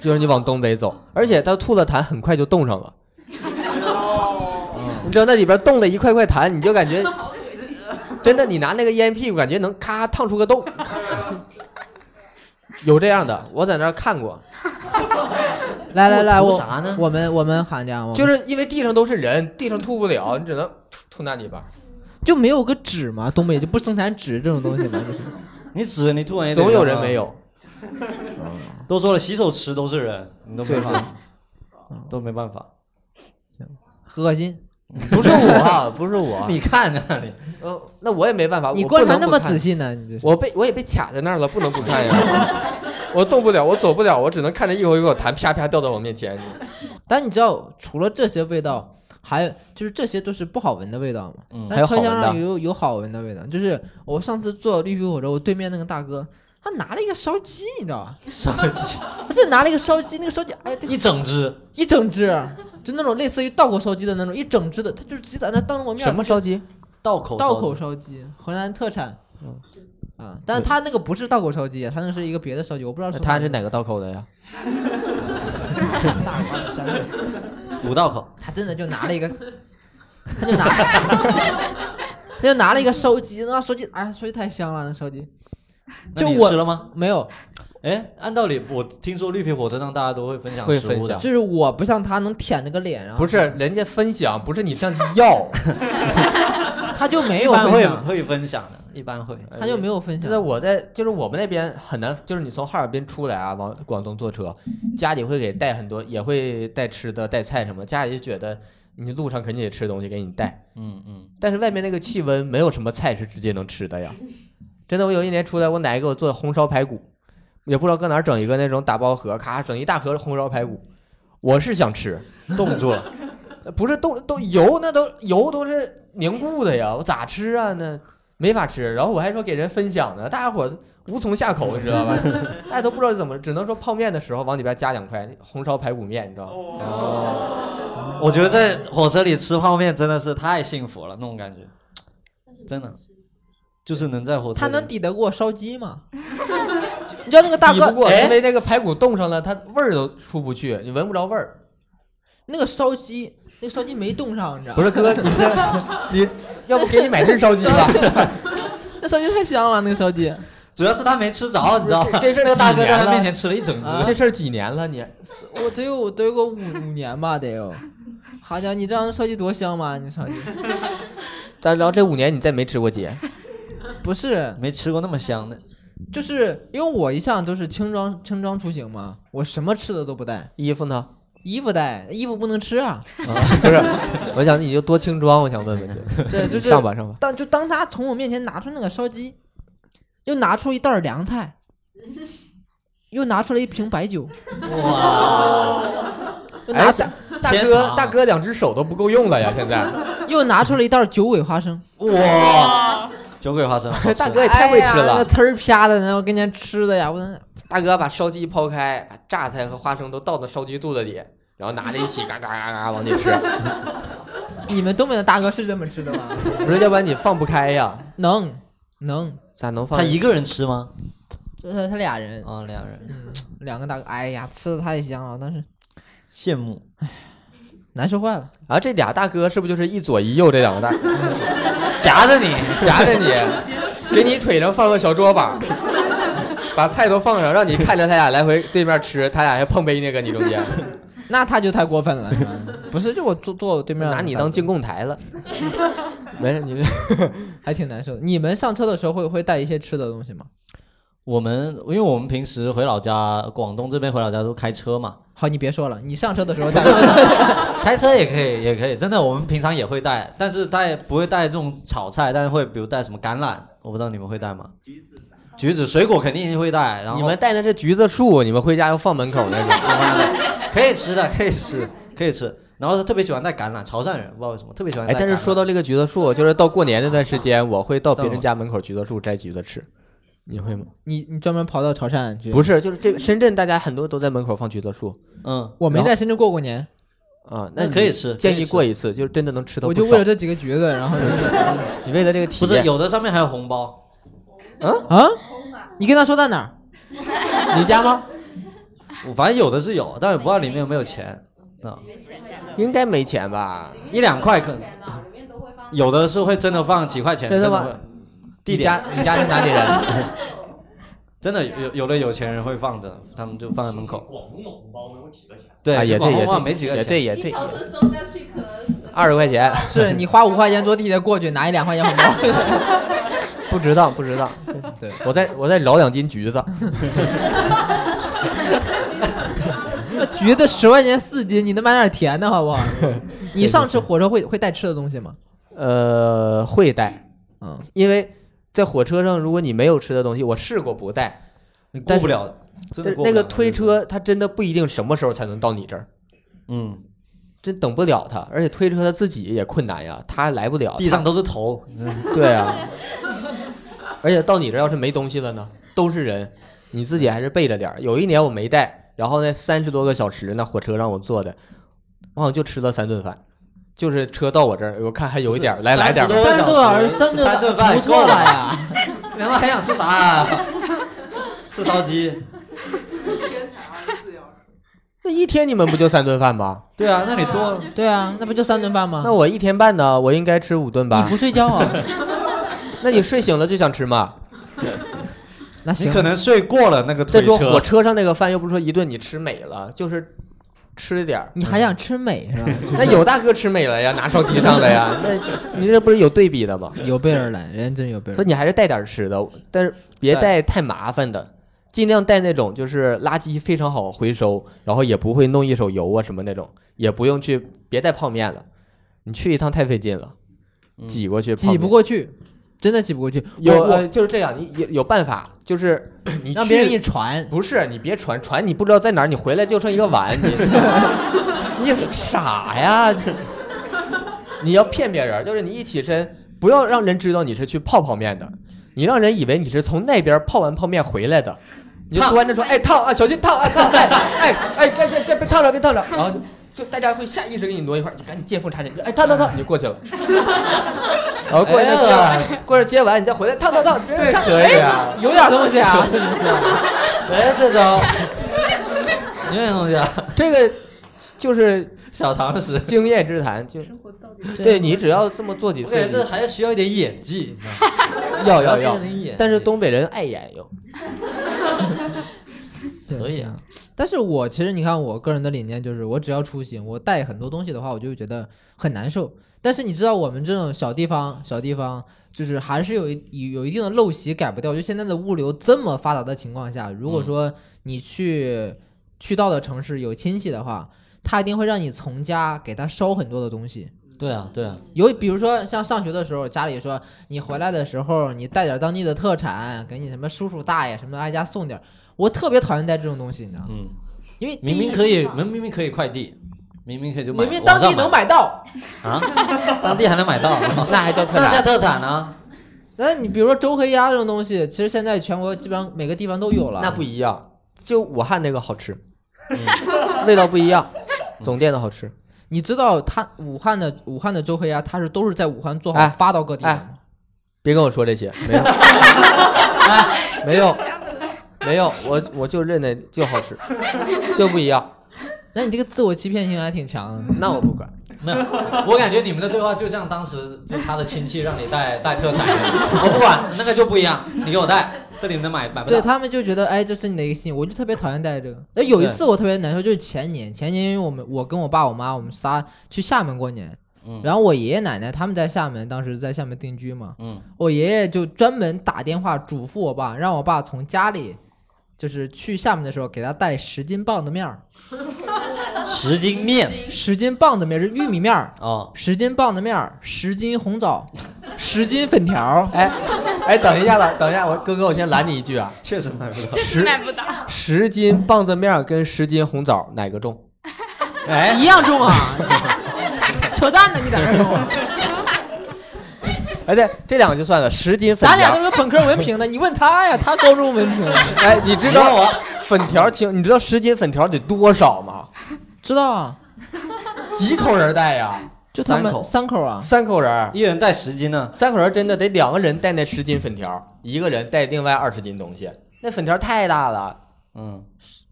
Speaker 3: 就是你往东北走，而且他吐了痰很快就冻上了。
Speaker 1: 嗯
Speaker 3: 你知道那里边冻了一块块痰，你就感觉真的，你拿那个烟屁股感觉能咔烫出个洞，咔有这样的，我在那儿看过，
Speaker 1: 来来来，
Speaker 4: 我
Speaker 1: 我
Speaker 4: 图啥呢
Speaker 1: 我们我们喊家，我们
Speaker 3: 就是因为地上都是人，地上吐不了，你只能吐那里边。
Speaker 1: 就没有个纸嘛，东北就不生产纸这种东西 嘛。就是
Speaker 4: 你指你
Speaker 1: 哎
Speaker 4: 突然也得
Speaker 3: 总有人
Speaker 4: 扔啊
Speaker 3: 没。有，
Speaker 4: 都说了，洗手池都是人，你都没
Speaker 3: 对
Speaker 4: 办法，都没办法。
Speaker 1: 很恶心。
Speaker 3: 不是 我，不是我，啊
Speaker 4: 你看呢、你
Speaker 3: 呃，那我也没办法，
Speaker 1: 你
Speaker 3: 我
Speaker 1: 观
Speaker 3: 不
Speaker 1: 察
Speaker 3: 能
Speaker 1: 那
Speaker 3: 不
Speaker 1: 么
Speaker 3: 看
Speaker 1: 仔细呢？你这是
Speaker 3: 我被我也被卡在那儿了，不能 不看呀。 我动不了，我走不了，我只能看着一口一口痰啪啪掉到我面前。
Speaker 1: 但你知道，除了这些味道，还有就是这些都是不好闻的味道嘛。
Speaker 4: 嗯
Speaker 1: 但
Speaker 3: 还有
Speaker 1: 车
Speaker 3: 好
Speaker 1: 厢
Speaker 3: 闻
Speaker 1: 上
Speaker 3: 的
Speaker 1: 有有好闻的味道，就是我上次坐绿皮火车，我对面那个大哥，他拿了一个烧鸡，你知道吧？
Speaker 4: 烧鸡
Speaker 1: 他是拿了一个烧鸡，那个烧鸡，哎，这个
Speaker 4: 一整只，
Speaker 1: 一整只，就那种类似于稻口烧鸡的那种，一整只的，他就是直接在那当着我面儿
Speaker 3: 什么烧嗯鸡？
Speaker 4: 道口
Speaker 1: 道
Speaker 4: 烧
Speaker 1: 口
Speaker 4: 鸡
Speaker 1: 烧鸡，河南特产。啊，但是他那个不是道口烧鸡，他 啊那是一个别的烧鸡，我不知道
Speaker 3: 那
Speaker 1: 是
Speaker 3: 他是
Speaker 1: 哪
Speaker 3: 哪个道口的呀？
Speaker 1: 个 大瓜山的。
Speaker 4: 五道口，
Speaker 1: 他真的就拿了一个，他就拿，他就拿了一个烧鸡，那烧鸡，哎呀，烧鸡太香了，那烧鸡。
Speaker 4: 那
Speaker 1: 就
Speaker 4: 你
Speaker 1: 我
Speaker 4: 吃了吗？
Speaker 1: 没有，
Speaker 4: 哎，按道理我听说绿皮火车上大家都会分享
Speaker 3: 会
Speaker 4: 食物的，
Speaker 1: 就是我不像他能舔那个脸，然后
Speaker 3: 啊不是，人家分享，不是你上去要，
Speaker 1: 他就没
Speaker 4: 一
Speaker 1: 有
Speaker 4: 般
Speaker 1: 分
Speaker 4: 会
Speaker 1: 享，
Speaker 4: 会分享的，一般会。
Speaker 1: 他就没有分
Speaker 3: 哎就在
Speaker 1: 享。
Speaker 3: 我在就是我们那边很难，就是你从哈尔滨出来啊，往广东坐车，家里会给带很多，也会带吃的、带菜什么，家里就觉得你路上肯定得吃东西，给你带。
Speaker 4: 嗯嗯，
Speaker 3: 但是外面那个气温，没有什么菜是直接能吃的呀。真的，我有一年出来，我奶给我做红烧排骨，也不知道搁哪儿整一个那种打包盒，咔整一大盒红烧排骨。我是想吃，
Speaker 4: 冻 住了，
Speaker 3: 呃不是都都油那都油都是凝固的呀，我咋吃啊？那没法吃。然后我还说给人分享呢，大家伙无从下口，你知道 吧？大家都不知道怎么，只能说泡面的时候往里边加两块红烧排骨面，你知道吗？
Speaker 4: 我觉得在火车里吃泡面真的是太幸福了，那种感觉，真的，就是能在火车
Speaker 1: 他
Speaker 4: 里
Speaker 1: 能抵得过烧鸡 吗？你知道那个大
Speaker 3: 抵不
Speaker 1: 哥，
Speaker 3: 过，
Speaker 1: 哎
Speaker 3: 因为那个排骨冻上了，它味儿都出不去，你闻不着味儿。
Speaker 1: 那个烧鸡，那个烧鸡没冻上，你知道
Speaker 3: 不
Speaker 1: 吗？
Speaker 3: 是哥，你这你要不给你买只烧鸡 吧？
Speaker 1: 那烧鸡太香了，那个烧鸡。
Speaker 4: 主要是他没吃着，你知道吗？
Speaker 3: 这事儿
Speaker 4: 那个大
Speaker 3: 几
Speaker 4: 哥
Speaker 3: 年
Speaker 4: 在他
Speaker 3: 了
Speaker 4: 面前吃了一整只，
Speaker 1: 啊
Speaker 3: 这事儿几年了？你
Speaker 1: 我得有得有个五五年吧，得有。好家伙，你这样烧鸡多香嘛？你烧鸡
Speaker 3: 咱聊这五年，你再没吃过鸡？
Speaker 1: 不是，
Speaker 4: 没吃过那么香的。
Speaker 1: 就是因为我一向都是轻装轻装出行嘛，我什么吃的都不带，
Speaker 3: 衣服呢？
Speaker 1: 衣服带，衣服不能吃啊。
Speaker 3: 啊， 不是，我想你就多轻装，我想问问就。
Speaker 1: 对，就是
Speaker 3: 上吧上吧。
Speaker 1: 当就当他从我面前拿出那个烧鸡，又拿出一袋儿凉菜，又拿出了一瓶白酒，又拿
Speaker 3: 哎，
Speaker 1: 出
Speaker 3: 大大
Speaker 4: 天
Speaker 3: 哥
Speaker 4: 堂
Speaker 3: 大哥两只手都不够用了呀，现在。
Speaker 1: 又拿出了一袋儿九尾花生，
Speaker 4: 哇，酒鬼花生，好吃
Speaker 3: 大哥也太会吃
Speaker 1: 哎呀那
Speaker 3: 了。
Speaker 1: 呲儿啪的，然后跟人家吃的呀，我说
Speaker 3: 大哥把烧鸡抛开，榨菜和花生都倒到烧鸡肚子里，然后拿着一起嘎嘎嘎嘎往里吃。
Speaker 1: 你们东北的大哥是这么吃的吗？
Speaker 3: 不是，要不然你放不开呀？
Speaker 1: 能能，
Speaker 3: 咋能放？
Speaker 4: 他一个人吃吗？
Speaker 1: 就是他俩人，
Speaker 4: 啊，两人，
Speaker 1: 嗯，两个大哥，哎呀，吃的太香了，但是
Speaker 4: 羡慕。
Speaker 1: 难受坏了。
Speaker 3: 啊，这俩大哥是不是就是一左一右这两个大，
Speaker 4: 夹着你，
Speaker 3: 夹着你，给你腿上放个小桌板，把菜都放上，让你看着他俩来回对面吃，他俩还碰杯那个你 中间，
Speaker 1: 那他就太过分了，是吧 不是？就我坐坐我对面，
Speaker 3: 拿你当进贡台了。没事，你这
Speaker 1: 还挺难受的。你们上车的时候会会带一些吃的东西吗？
Speaker 4: 我们因为我们平时回老家，广东这边回老家都开车嘛，
Speaker 1: 好，你别说了，你上车的时候带，
Speaker 4: 开车也可以，也可以，真的，我们平常也会带，但是带不会带这种炒菜，但是会比如带什么橄榄，我不知道你们会带吗？橘子、水果肯定会带，然后
Speaker 3: 你们带的是橘子树，你们回家要放门口那种。
Speaker 4: 可以吃的，可以吃，可以吃。然后他特别喜欢带橄榄，潮汕人不知道为什么特别喜欢带 橄
Speaker 3: 哎，
Speaker 4: 榄。
Speaker 3: 但是说到这个橘子树，就是到过年那段时间，我会到别人家门口橘子树摘橘子吃。你会吗？
Speaker 1: 你你专门跑到潮汕去？
Speaker 3: 不
Speaker 1: 是，
Speaker 3: 是，就是这深圳，大家很多都在门口放橘子树
Speaker 4: 嗯，
Speaker 1: 我没在深圳过过年，
Speaker 3: 啊。
Speaker 4: 那
Speaker 3: 你
Speaker 4: 可以吃
Speaker 3: 建
Speaker 4: 可以
Speaker 3: 议
Speaker 4: 吃
Speaker 3: 过一次，就是真的能吃到
Speaker 1: 我
Speaker 3: 不
Speaker 1: 就
Speaker 3: 少。啊
Speaker 1: 为了这几个橘子，然后 就是
Speaker 3: 你为了这个体
Speaker 4: 不是
Speaker 3: 验，
Speaker 4: 有的上面还有红包，
Speaker 1: 啊，你跟他说在哪儿？
Speaker 3: 你家吗？
Speaker 4: 我反正有的是有，但也不知道里面有没有钱。啊、
Speaker 3: 应该没钱吧？
Speaker 4: 一两块可能，有的是会真的放几块钱，
Speaker 3: 真
Speaker 4: 真
Speaker 3: 的
Speaker 4: 的
Speaker 3: 吗
Speaker 4: 会
Speaker 3: 你家你家是哪里人？
Speaker 4: 真的有有的有钱人会放的，他们就放在门口。广东的红包没有几个钱，对，其实
Speaker 3: 啊也对也
Speaker 4: 广东话
Speaker 3: 对
Speaker 4: 没几个
Speaker 3: 也
Speaker 4: 钱，
Speaker 3: 对也
Speaker 6: 一
Speaker 3: 对，
Speaker 6: 条村收下去可能
Speaker 3: 二十块钱
Speaker 1: 是你花五块钱坐地铁过去，拿一两块钱红 包。
Speaker 3: 不值当不值当。
Speaker 1: 对，
Speaker 3: 我再我再饶两斤橘子，
Speaker 1: 那橘子十块钱四斤，你能买点甜的好 不好？你上次火车会会带吃的东西吗？
Speaker 3: 呃，会带，
Speaker 1: 嗯，
Speaker 3: 因为在火车上，如果你没有吃的东西，我试过不带，
Speaker 4: 你过
Speaker 3: 但
Speaker 4: 不
Speaker 3: 是
Speaker 4: 了，真
Speaker 3: 但
Speaker 4: 的
Speaker 3: 是
Speaker 4: 过不
Speaker 3: 那
Speaker 4: 了
Speaker 3: 个推，车它真的不一定什么时候才能到你这儿，
Speaker 4: 嗯，
Speaker 3: 真等不了它，而且推车它自己也困难呀，它来不了，
Speaker 4: 地上都是头，
Speaker 3: 它对啊，而且到你这儿要是没东西了呢，都是人，你自己还是备着点儿。有一年我没带，然后那三十多个小时那火车让我坐的，我好像就吃了三顿饭，就是车到我这儿，我看还有一点儿，来来点儿吧。
Speaker 4: 多
Speaker 1: 三
Speaker 4: 个
Speaker 1: 十多小
Speaker 4: 小
Speaker 1: 时，
Speaker 4: 时
Speaker 1: 三顿
Speaker 4: 三顿饭
Speaker 1: 不错了呀。
Speaker 4: 你们还想吃啥、啊？吃烧鸡？
Speaker 3: 那一天你们不就三顿饭吗？
Speaker 4: 对啊，那你多
Speaker 1: 对啊，那不就三顿饭吗？
Speaker 3: 那我一天半呢，我应该吃五顿吧
Speaker 1: 你不？睡觉啊？
Speaker 3: 那你睡醒了就想吃嘛？
Speaker 1: 那
Speaker 4: 你
Speaker 1: 行，
Speaker 4: 可能睡过了那个
Speaker 3: 再
Speaker 4: 推
Speaker 3: 说火
Speaker 4: 车，
Speaker 3: 车上那个饭，又不是说一顿你吃美了，就是吃点儿。
Speaker 1: 你还想吃美 是吧？
Speaker 3: 那有大哥吃美了呀，拿烧鸡上来呀，那你这不是有对比的吗？
Speaker 1: 有备而来，人家真有备而
Speaker 3: 所
Speaker 1: 来。
Speaker 3: 以你还是带点儿吃的，但是别带太麻烦的，尽量带那种就是垃圾非常好回收，然后也不会弄一手油啊什么那种，也不用去别带泡面了，你去一趟太费劲了，挤过去泡面
Speaker 1: 挤不过去，真的挤不过去。
Speaker 3: 有
Speaker 1: 我我
Speaker 3: 呃就是这样，你有有办法，就是你
Speaker 1: 让别人
Speaker 3: 去
Speaker 1: 一传，
Speaker 3: 不是你别传传，你不知道在哪儿，你回来就剩一个碗， 你你傻呀！你要骗别人，就是你一起身，不要让人知道你是去泡泡面的，你让人以为你是从那边泡完泡面回来的，你就端着说，哎烫啊，小心烫啊烫，哎哎哎，这这这别烫着别烫着，然后就就大家会下意识给你挪一块儿，你赶紧见缝插针，哎烫烫烫，你就过 去了，然后过去再接完，过去接完你再回来烫烫烫，别烫
Speaker 2: 哎可以啊，
Speaker 1: 有点东西 啊，是你说，
Speaker 2: 哎，这招，
Speaker 4: 哎因为东西啊，
Speaker 3: 哎这个就是
Speaker 4: 小常 识。
Speaker 3: 经验之谈，就
Speaker 6: 活到底
Speaker 3: 对你只要这么做几
Speaker 4: 我
Speaker 3: 次，
Speaker 4: 感觉
Speaker 3: 你
Speaker 4: 这还是需要一点演技，你知道吗
Speaker 3: 要要
Speaker 4: 主
Speaker 3: 要
Speaker 4: 是人演，
Speaker 3: 但是东北人爱演哟，
Speaker 4: 可以啊。
Speaker 1: 但是我其实你看，我个人的理念就是，我只要出行，我带很多东西的话，我就觉得很难受。但是你知道，我们这种小地方，小地方就是还是有一有一定的陋习改不掉。就现在的物流这么发达的情况下，如果
Speaker 4: 嗯
Speaker 1: 说你去去到的城市有亲戚的话，他一定会让你从家给他捎很多的东西。
Speaker 4: 对啊，对啊，
Speaker 1: 有比如说像上学的时候，家里说你回来的时候你带点当地的特产，给你什么叔叔大爷什么的挨家送点儿。我特别讨厌带这种东西，你知道吗？
Speaker 4: 嗯，
Speaker 1: 因为第
Speaker 4: 明
Speaker 1: 一
Speaker 4: 明可以，明明明可以快递，明明可以就买，
Speaker 1: 明明当地能
Speaker 4: 网
Speaker 1: 买到。
Speaker 4: 上买啊，当地还能买到，
Speaker 3: 那还叫特
Speaker 4: 那
Speaker 3: 产
Speaker 4: 叫？特产呢？
Speaker 1: 那你比如说周黑鸭这种东西，其实现在全国基本上每个地方都有了。
Speaker 3: 那不一样，嗯就武汉那个好吃， 味道不一样，总店的好吃。
Speaker 1: 你知道它武汉的武汉的周黑鸭，它是都是在武汉做好、
Speaker 3: 哎
Speaker 1: 发到各地的吗？
Speaker 3: 别跟我说这 些，没有，没有，没有，我我就认那就好 吃，就不一样。
Speaker 1: 那你这个自我欺骗性还挺强的。
Speaker 3: 那我不管，
Speaker 4: 没有，我感觉你们的对话就像当时就他的亲戚让你带带特产一样，我不管，那个就不一样，你给我带，这里能买买不
Speaker 1: 对
Speaker 4: 到。
Speaker 1: 他们就觉得，哎，这是你的一个信，我就特别讨厌带这个。哎，有一次我特别难受，就是前年，前年因为我们我跟我爸我妈我们仨去厦门过年，
Speaker 4: 嗯
Speaker 1: 然后我爷爷奶奶他们在厦门，当时在厦门定居嘛，
Speaker 4: 嗯，
Speaker 1: 我爷爷就专门打电话嘱咐我爸，让我爸从家里就是去厦门的时候给他带十斤棒的面儿，
Speaker 4: 十斤面
Speaker 1: 十斤棒的面儿是玉米面儿，
Speaker 4: 哦，
Speaker 1: 十斤棒的面儿，十斤红枣，十斤粉条儿。
Speaker 3: 哎哎，等一下吧，等一下，我哥哥，我先拦你一句啊，
Speaker 4: 确实买不到。
Speaker 8: 就是买不到。
Speaker 3: 十斤棒子面儿跟十斤红枣哪个重？
Speaker 1: 一样重 啊！扯淡呢，你在这儿跟啊我，
Speaker 3: 哎，对，这两个就算了，十斤粉
Speaker 1: 咱俩
Speaker 3: 条
Speaker 1: 都。有本科文凭的，你问他呀，他高中文凭，
Speaker 3: 哎，你知道我粉条轻，你知道十斤粉条得多少吗？
Speaker 1: 知道啊？
Speaker 3: 几口人带呀？
Speaker 1: 就他
Speaker 4: 三
Speaker 1: 们
Speaker 4: 口
Speaker 1: 三口啊，
Speaker 3: 三口人儿，
Speaker 4: 一人带十斤呢，
Speaker 3: 三口人真的得两个人带那十斤粉条，一个人带另外二十斤东西，那粉条太大了，
Speaker 4: 嗯，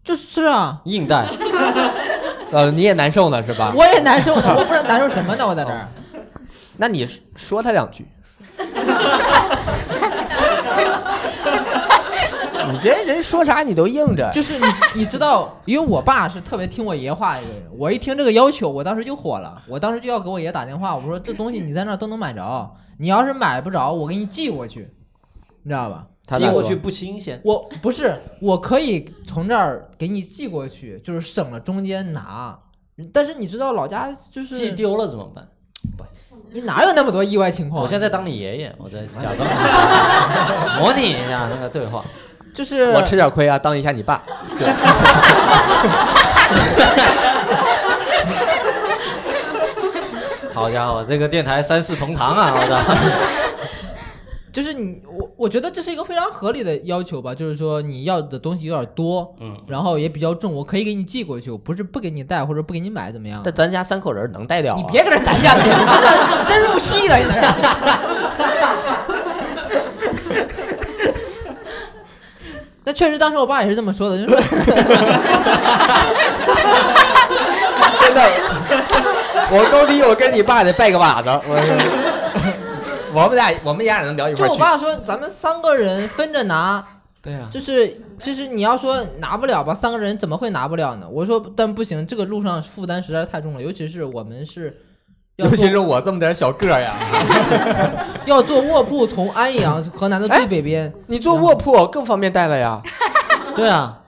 Speaker 1: 就是啊，
Speaker 4: 硬带，
Speaker 3: 呃，你也难受呢是吧？
Speaker 1: 我也难受呢，我不知道难受什么呢，我在这儿。
Speaker 3: 那你说他两句，你别人说啥你都应着，
Speaker 1: 就是你，你知道，因为我爸是特别听我爷话的一个人，我一听这个要求，我当时就火了，我当时就要给我爷打电话，我说这东西你在那儿都能买着，你要是买不着，我给你寄过去，你知道吧？
Speaker 3: 他
Speaker 4: 寄
Speaker 3: 咋
Speaker 4: 过
Speaker 3: 说
Speaker 4: 去不新鲜。
Speaker 1: 我不是，我可以从这儿给你寄过去，就是省了中间拿。但是你知道老家就是
Speaker 4: 寄丢了怎么办？
Speaker 1: 你哪有那么多意外情况？
Speaker 4: 我现在在当你爷爷，我在假装 模拟一下那个对话。
Speaker 1: 就是
Speaker 3: 我吃点亏啊，当一下你爸，
Speaker 4: 好家伙，这个电台三世同堂啊！我操，
Speaker 1: 就是你我我觉得这是一个非常合理的要求吧，就是说你要的东西有点多，
Speaker 4: 嗯，
Speaker 1: 然后也比较重，我可以给你寄过去，我不是不给你带或者不给你买怎么样？
Speaker 3: 但咱家三口人能带掉、啊，
Speaker 1: 你别搁这咱家了， 真入戏了，你在这儿。 那确实，当时我爸也是这么说的，就是说
Speaker 3: 真的，我高低我跟你爸得拜个把子，我 我们俩我们俩也能聊一
Speaker 1: 就
Speaker 3: 块儿
Speaker 1: 我
Speaker 3: 去。
Speaker 1: 爸说咱们三个人分着拿，
Speaker 4: 对啊，
Speaker 1: 就是其实你要说拿不了吧，三个人怎么会拿不了呢？我说但不行，这个路上负担实在是太重了，尤其是我们是要
Speaker 3: 尤
Speaker 1: 坐
Speaker 3: 其是我这么点小个儿呀，
Speaker 1: 要坐卧铺从安阳河南的
Speaker 3: 哎
Speaker 1: 最北边，
Speaker 3: 你坐卧铺更方便带了呀。
Speaker 4: 对啊，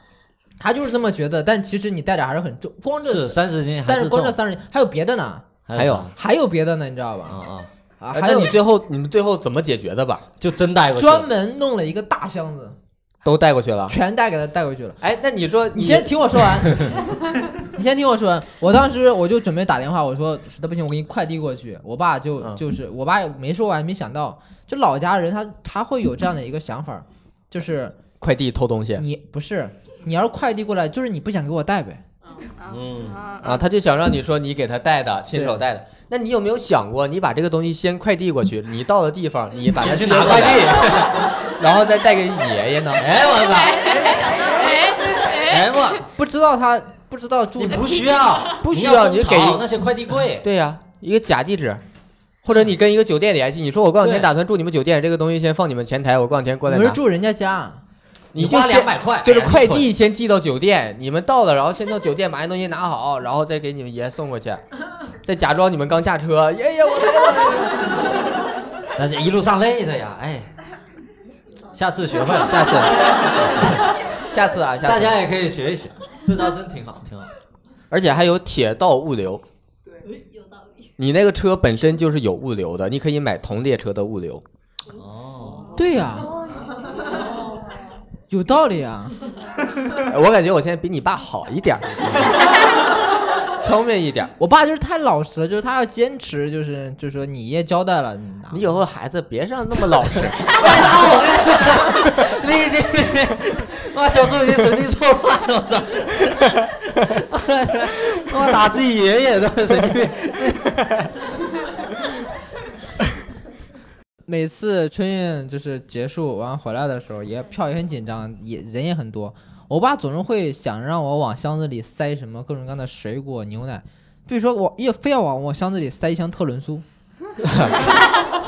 Speaker 1: 他就是这么觉得，但其实你带着还是很重，光这
Speaker 4: 是三十斤还
Speaker 1: 三
Speaker 4: 是
Speaker 1: 十光这
Speaker 4: 重？
Speaker 1: 三十还有别的呢，
Speaker 3: 还有
Speaker 4: 啥
Speaker 1: 还有别的呢，你知道
Speaker 4: 啊
Speaker 1: 吧？
Speaker 4: 啊，
Speaker 1: 啊，
Speaker 3: 哎
Speaker 1: 还
Speaker 3: 那
Speaker 1: 有
Speaker 3: 你最后你们最后怎么解决的吧？
Speaker 4: 就真带过去
Speaker 1: 专
Speaker 4: 了。
Speaker 1: 门弄了一个大箱子，
Speaker 3: 都带过去了。
Speaker 1: 全带给他带回去了。
Speaker 3: 哎，那你说
Speaker 1: 你先听我说完，你先听我说，我当时我就准备打电话，我说实在不行我给你快递过去。我爸就
Speaker 3: 嗯
Speaker 1: 就是我爸也没说，我还没想到，就老家人他他会有这样的一个想法，就是
Speaker 3: 快递偷东西
Speaker 1: 你不是你要是快递过来，就是你不想给我带呗。
Speaker 4: 嗯
Speaker 3: 啊，他就想让你说你给他带的，亲手带的。那你有没有想过，你把这个东西先快递过去，你到了地方，你把它
Speaker 4: 先去
Speaker 3: 接过
Speaker 4: 拿快
Speaker 3: 来
Speaker 4: 递，
Speaker 3: 然后再带给爷爷呢？
Speaker 4: 哎我操，哎我，
Speaker 1: 不知道他不知道住
Speaker 4: 你不需要，
Speaker 3: 不需
Speaker 4: 你
Speaker 3: 要
Speaker 4: 要
Speaker 3: 你就给
Speaker 4: 蜂巢那些快递 贵，
Speaker 3: 对呀、一个假地址，或者你跟一个酒店联系，你说我过两天
Speaker 4: 对
Speaker 3: 打算住你们酒店，这个东西先放你们前台，我过两天过来
Speaker 1: 你是
Speaker 3: 拿。
Speaker 1: 住人家家，
Speaker 3: 你就
Speaker 4: 花
Speaker 3: 先
Speaker 4: 两百块，
Speaker 3: 就是
Speaker 4: 哎呀
Speaker 3: 快，递先寄到酒店，你们到了，然后先到酒店把那东西拿好，然后再给你们爷送过去，再假装你们刚下车，爷爷我来了。
Speaker 4: 但是一路上累的呀，哎， 下次学会了，
Speaker 3: 下次，下次啊，下次。
Speaker 4: 大家也可以学一学，这招真挺好，挺好。
Speaker 3: 而且还有铁道物流，
Speaker 6: 有道理。
Speaker 3: 你那个车本身就是有物流的，你可以买同列车的物流。
Speaker 4: 哦，
Speaker 1: 对呀、有道理啊。
Speaker 3: 我感觉我现在比你爸好一点儿，聪明一点儿。
Speaker 1: 我爸就是太老实了，就是他要坚持，就是就是说你爷交代了，你拿
Speaker 3: 你以后孩子别上那么老实，
Speaker 4: 你已经，哇，小叔已经神经错乱了，我操！哇，打自己爷爷都神经病。
Speaker 1: 每次春运就是结束完回来的时候，也票也很紧张，也人也很多。我爸总是会想让我往箱子里塞什么各种各样的水果、牛奶，比如说我也非要往我箱子里塞一箱特仑苏。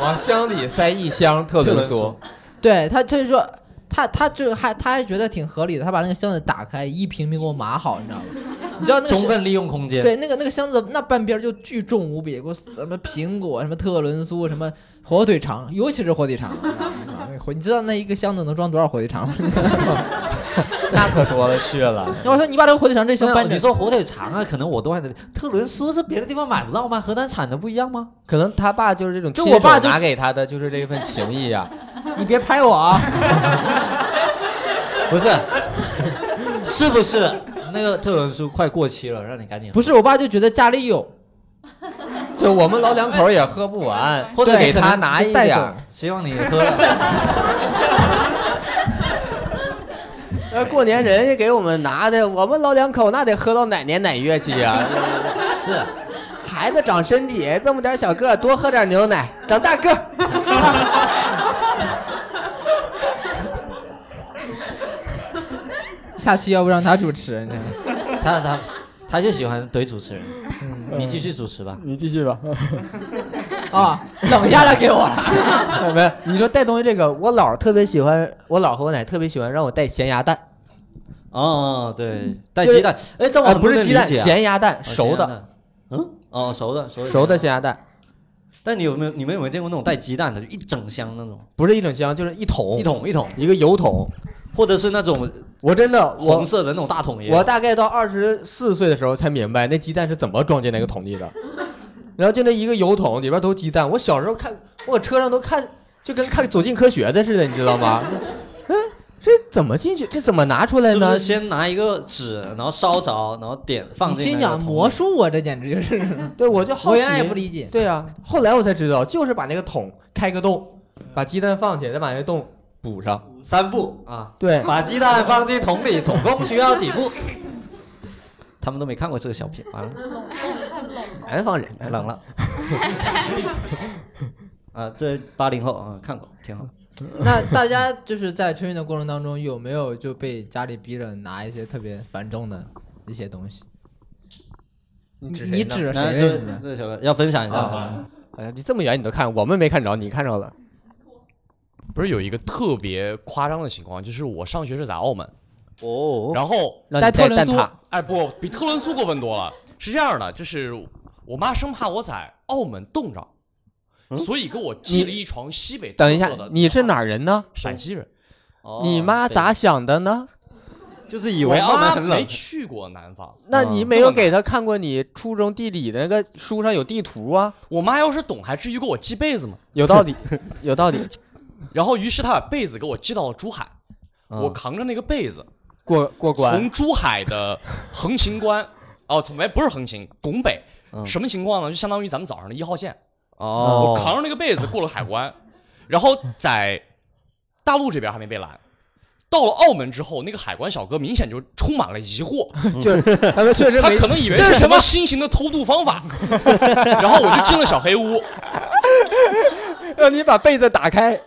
Speaker 3: 往箱里塞一箱特仑
Speaker 4: 特
Speaker 3: 苏
Speaker 4: 仑，
Speaker 1: 对他，他就说他他就还他还觉得挺合理的，他把那个箱子打开，一瓶瓶给我码好，你知道吗？ 你知道那个
Speaker 4: 充
Speaker 1: 是
Speaker 4: 分利用空间。
Speaker 1: 对，那个那个箱子那半边儿就巨重无比，给我什么苹果、什么特仑苏、什么火腿肠，尤其是火腿肠，啊火你知道那一个箱子能装多少火腿肠吗？
Speaker 3: 那可多了去了。
Speaker 1: 然后我说你把这个火腿肠这
Speaker 4: 没
Speaker 1: 箱
Speaker 4: 有
Speaker 1: 搬着
Speaker 4: 你，说火腿肠啊，可能我都还得。特仑苏是别的地方买不到吗？河南产的不一样吗？
Speaker 3: 可能他爸就是这种
Speaker 1: 就
Speaker 3: 亲
Speaker 1: 我爸
Speaker 3: 手
Speaker 1: 就
Speaker 3: 拿给他的，就是这份情谊啊呀、
Speaker 1: 你别拍我啊！
Speaker 4: 不是，是不是那个特仑苏快过期了，让你赶紧
Speaker 1: 不
Speaker 4: 喝。
Speaker 1: 是，我爸就觉得家里有，
Speaker 3: 就我们老两口也喝不完，或者
Speaker 1: 对
Speaker 3: 给他拿一
Speaker 1: 就带
Speaker 3: 点
Speaker 1: 走
Speaker 3: 儿。
Speaker 4: 希望你喝 了。
Speaker 3: 那过年人家给我们拿的，我们老两口那得喝到哪年哪月去呀、
Speaker 4: 是，
Speaker 3: 孩子长身体，这么点小个儿多喝点牛奶，长大个儿。
Speaker 1: 下期要不让他主持，你知道吗
Speaker 4: 他他他就喜欢怼主持人。
Speaker 3: 嗯
Speaker 4: 你继续主持吧。
Speaker 3: 你继续吧。
Speaker 1: 啊，冷下来给我了。
Speaker 3: 没有，你说带东西这个，我姥儿特别喜欢，我姥儿和我奶特别喜欢让我带咸鸭蛋，
Speaker 4: 哦，对，带
Speaker 3: 嗯就是
Speaker 4: 鸡蛋。哎，但我
Speaker 3: 呃
Speaker 4: 很
Speaker 3: 不是
Speaker 4: 能
Speaker 3: 鸡蛋，
Speaker 4: 理解啊
Speaker 3: 咸鸭蛋，
Speaker 4: 哦
Speaker 3: 熟
Speaker 4: 咸鸭
Speaker 3: 的，
Speaker 4: 蛋嗯，哦，熟的，熟的，
Speaker 3: 熟的。咸鸭蛋，
Speaker 4: 但你有没有你们有没有见过那种带鸡蛋的，就一整箱那种，
Speaker 3: 不是一整箱，就是一桶，
Speaker 4: 一桶一桶，
Speaker 3: 一个油桶。
Speaker 4: 或者是那种
Speaker 3: 我真的我
Speaker 4: 红色的那种大桶也有。
Speaker 3: 我大概到二十四岁的时候才明白那鸡蛋是怎么装进那个桶里的，然后就那一个油桶里边都鸡蛋。我小时候看，我车上都看，就跟看《走进科学》的似的，你知道吗？嗯，这怎么进去？这怎么拿出来
Speaker 4: 是不
Speaker 3: 呢
Speaker 4: 是？先拿一个纸，然后烧着，然后点放
Speaker 1: 你
Speaker 4: 进
Speaker 1: 心
Speaker 4: 那个
Speaker 1: 想
Speaker 4: 桶里
Speaker 1: 魔术啊，这简直 就是，
Speaker 3: 对，我就好
Speaker 1: 我
Speaker 3: 奇。
Speaker 1: 原来也不理解。
Speaker 3: 对啊，后来我才知道，就是把那个桶开个洞，把鸡蛋放进，再把那个洞补上。
Speaker 4: 三步啊，
Speaker 3: 对，
Speaker 4: 把鸡蛋放进桶里，总共需要几步？ 他们都没看过这个小品，完了，哎
Speaker 3: 南方人
Speaker 4: 冷了。 啊，这八零后啊，看过，挺好。
Speaker 1: 那大家就是在春运的过程当中，有没有就被家里逼着拿一些特别繁重的一些东西？
Speaker 3: 你指谁呢
Speaker 1: 你指
Speaker 4: 那
Speaker 1: 谁
Speaker 4: 这
Speaker 1: 为什么
Speaker 4: 这小朋友要分享一下
Speaker 3: 啊？哎呀，你这么远你都看，我们没看着，你看着了。
Speaker 9: 不是有一个特别夸张的情况，就是我上学是在澳门，
Speaker 4: 哦，
Speaker 9: 然后
Speaker 3: 让
Speaker 1: 带
Speaker 3: 你带
Speaker 1: 特
Speaker 3: 蛋
Speaker 1: 仑苏
Speaker 3: 挞，
Speaker 9: 哎不，比特仑苏过分多了。是这样的，就是我妈生怕我在澳门冻着，所以给我寄了一床西北特
Speaker 3: 等
Speaker 9: 色
Speaker 3: 一
Speaker 9: 的
Speaker 3: 下，嗯你是哪儿人呢？
Speaker 9: 陕西人，
Speaker 4: 哦
Speaker 3: 你妈咋想的呢？
Speaker 4: 就是以
Speaker 9: 我
Speaker 4: 为澳门
Speaker 9: 妈
Speaker 4: 很
Speaker 9: 没
Speaker 4: 冷？
Speaker 9: 去过南方。
Speaker 3: 那你没有给她看过你初中地理的那个书上有地图啊？
Speaker 9: 我妈要是懂，还至于给我寄被子吗？
Speaker 3: 有道 理，有道理。
Speaker 9: 然后，于是她把被子给我寄到了珠海，
Speaker 4: 嗯
Speaker 9: 我扛着那个被子
Speaker 3: 过过关，
Speaker 9: 从珠海的横琴关哦，从没不是横琴，拱北
Speaker 3: 嗯。
Speaker 9: 什么情况呢？就相当于咱们早上的一号线，
Speaker 3: 哦
Speaker 9: 我扛着那个被子过了海关，然后在大陆这边还没被拦。到了澳门之后，那个海关小哥明显就充满了疑惑，
Speaker 10: 就是他们确实
Speaker 9: 他
Speaker 10: 没
Speaker 9: 可能以为
Speaker 10: 这是
Speaker 9: 是
Speaker 10: 什
Speaker 9: 什
Speaker 10: 么
Speaker 9: 么新型的偷渡方法， 然后我就进了小黑屋，
Speaker 10: 让你把被子打 开，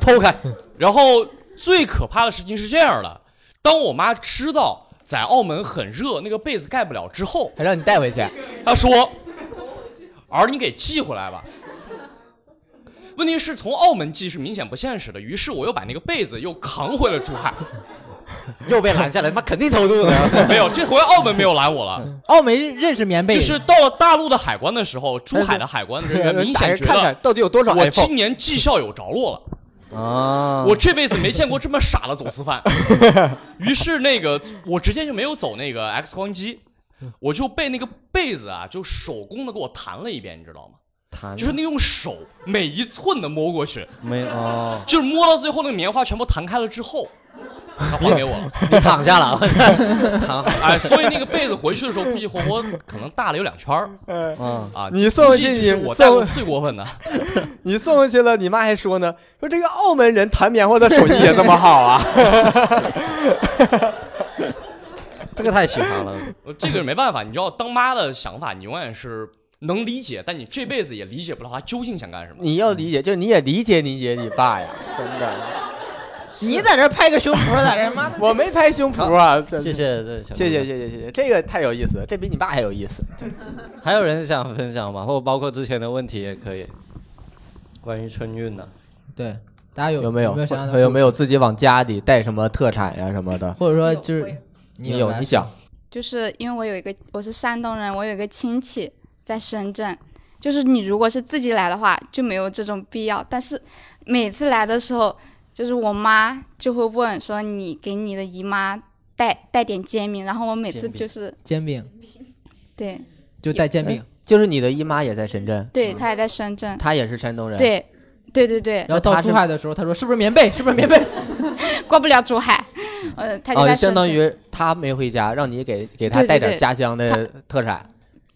Speaker 9: 剖开。然后最可怕的事情是这样的：当我妈知道在澳门很热，那个被子盖不了之后，
Speaker 3: 还让你带回去，
Speaker 9: 她说：“儿，你给寄回来吧。”问题是从澳门寄是明显不现实的，于是我又把那个被子又扛回了珠海。
Speaker 3: 又被拦下来，他妈肯定偷渡 的。
Speaker 9: 没有，这回澳门没有拦我了，
Speaker 3: 哦
Speaker 10: 澳门认识棉被，
Speaker 9: 就是到了大陆的海关的时候，珠海的海关人员明
Speaker 10: 打开
Speaker 9: 显觉
Speaker 10: 呃看看
Speaker 9: 得
Speaker 10: 到底有多少嗯
Speaker 9: 我
Speaker 10: iPhone
Speaker 9: 今。年绩效有着落了。
Speaker 3: 啊
Speaker 9: 我这辈子没见过这么傻的走私 犯。于是那个我直接就没有走那个 X 光机，
Speaker 10: 嗯
Speaker 9: 我就被那个被子啊，就手工的给我弹了一遍，你知道吗？
Speaker 10: 嗯
Speaker 3: 弹
Speaker 9: 就是那用手每一寸的摸过去，
Speaker 3: 没 哦，
Speaker 9: 就是摸到最后那个棉花全部弹开了之后，他还给 我了。
Speaker 3: 你躺 下了，躺
Speaker 9: 哎，所以那个被子回去的时候，估计活活可能大了有两圈儿
Speaker 3: 嗯，
Speaker 9: 啊。
Speaker 10: 你送回去
Speaker 9: 这就是
Speaker 10: 你
Speaker 9: 我带过
Speaker 10: 送
Speaker 9: 最过分的。
Speaker 10: 你送回去了，你妈还说呢，说这个澳门人弹棉花的手艺也那么好 啊。
Speaker 2: 这个太喜欢了。
Speaker 9: 呃这个没办法，你知道，当妈的想法，你永远是能理解，但你这辈子也理解不到他究竟想干什么。
Speaker 3: 你要
Speaker 8: 嗯
Speaker 3: 理解，就是你也理解理解你爸呀， 真的。
Speaker 10: 你在这拍个胸脯，在这妈的，我没拍胸脯啊，真的
Speaker 2: 谢谢，这小哥哥
Speaker 10: 谢谢。谢谢谢谢，这个太有意思了，这比你爸还有意思。
Speaker 4: 还有人想分享吗？或者包括之前的问题也可以，关于春运呢、
Speaker 1: 对，大家有
Speaker 3: 有没有
Speaker 1: 有没有想到
Speaker 3: 有没有自己往家里带什么特产呀什么的？
Speaker 1: 或者说就是
Speaker 6: 有
Speaker 1: 你
Speaker 3: 你有
Speaker 1: 来
Speaker 3: 你讲，
Speaker 8: 就是因为我有一个我是山东人，我有一个亲戚在深圳，就是你如果是自己来的话就没有这种必要，但是每次来的时候，就是我妈就会问说你给你的姨妈带带点煎饼，然后我每次
Speaker 4: 煎饼
Speaker 8: 就是
Speaker 1: 煎饼，
Speaker 8: 对
Speaker 1: 就带煎饼，
Speaker 3: 哎就是你的姨妈也在深圳，
Speaker 8: 对，她也在深圳，
Speaker 3: 她也是山东人，，
Speaker 8: 对对对对，
Speaker 1: 然后
Speaker 3: 那
Speaker 1: 到
Speaker 3: 他是
Speaker 1: 珠海的时哎候，他说是不是棉被？是不是 棉被？
Speaker 8: 过不了珠海，呃，她就
Speaker 3: 哦，
Speaker 8: 在
Speaker 3: 相
Speaker 8: 深圳。
Speaker 3: 当于她没回家，让你给给她
Speaker 8: 对对
Speaker 3: 带点
Speaker 8: 对
Speaker 3: 家乡的特产。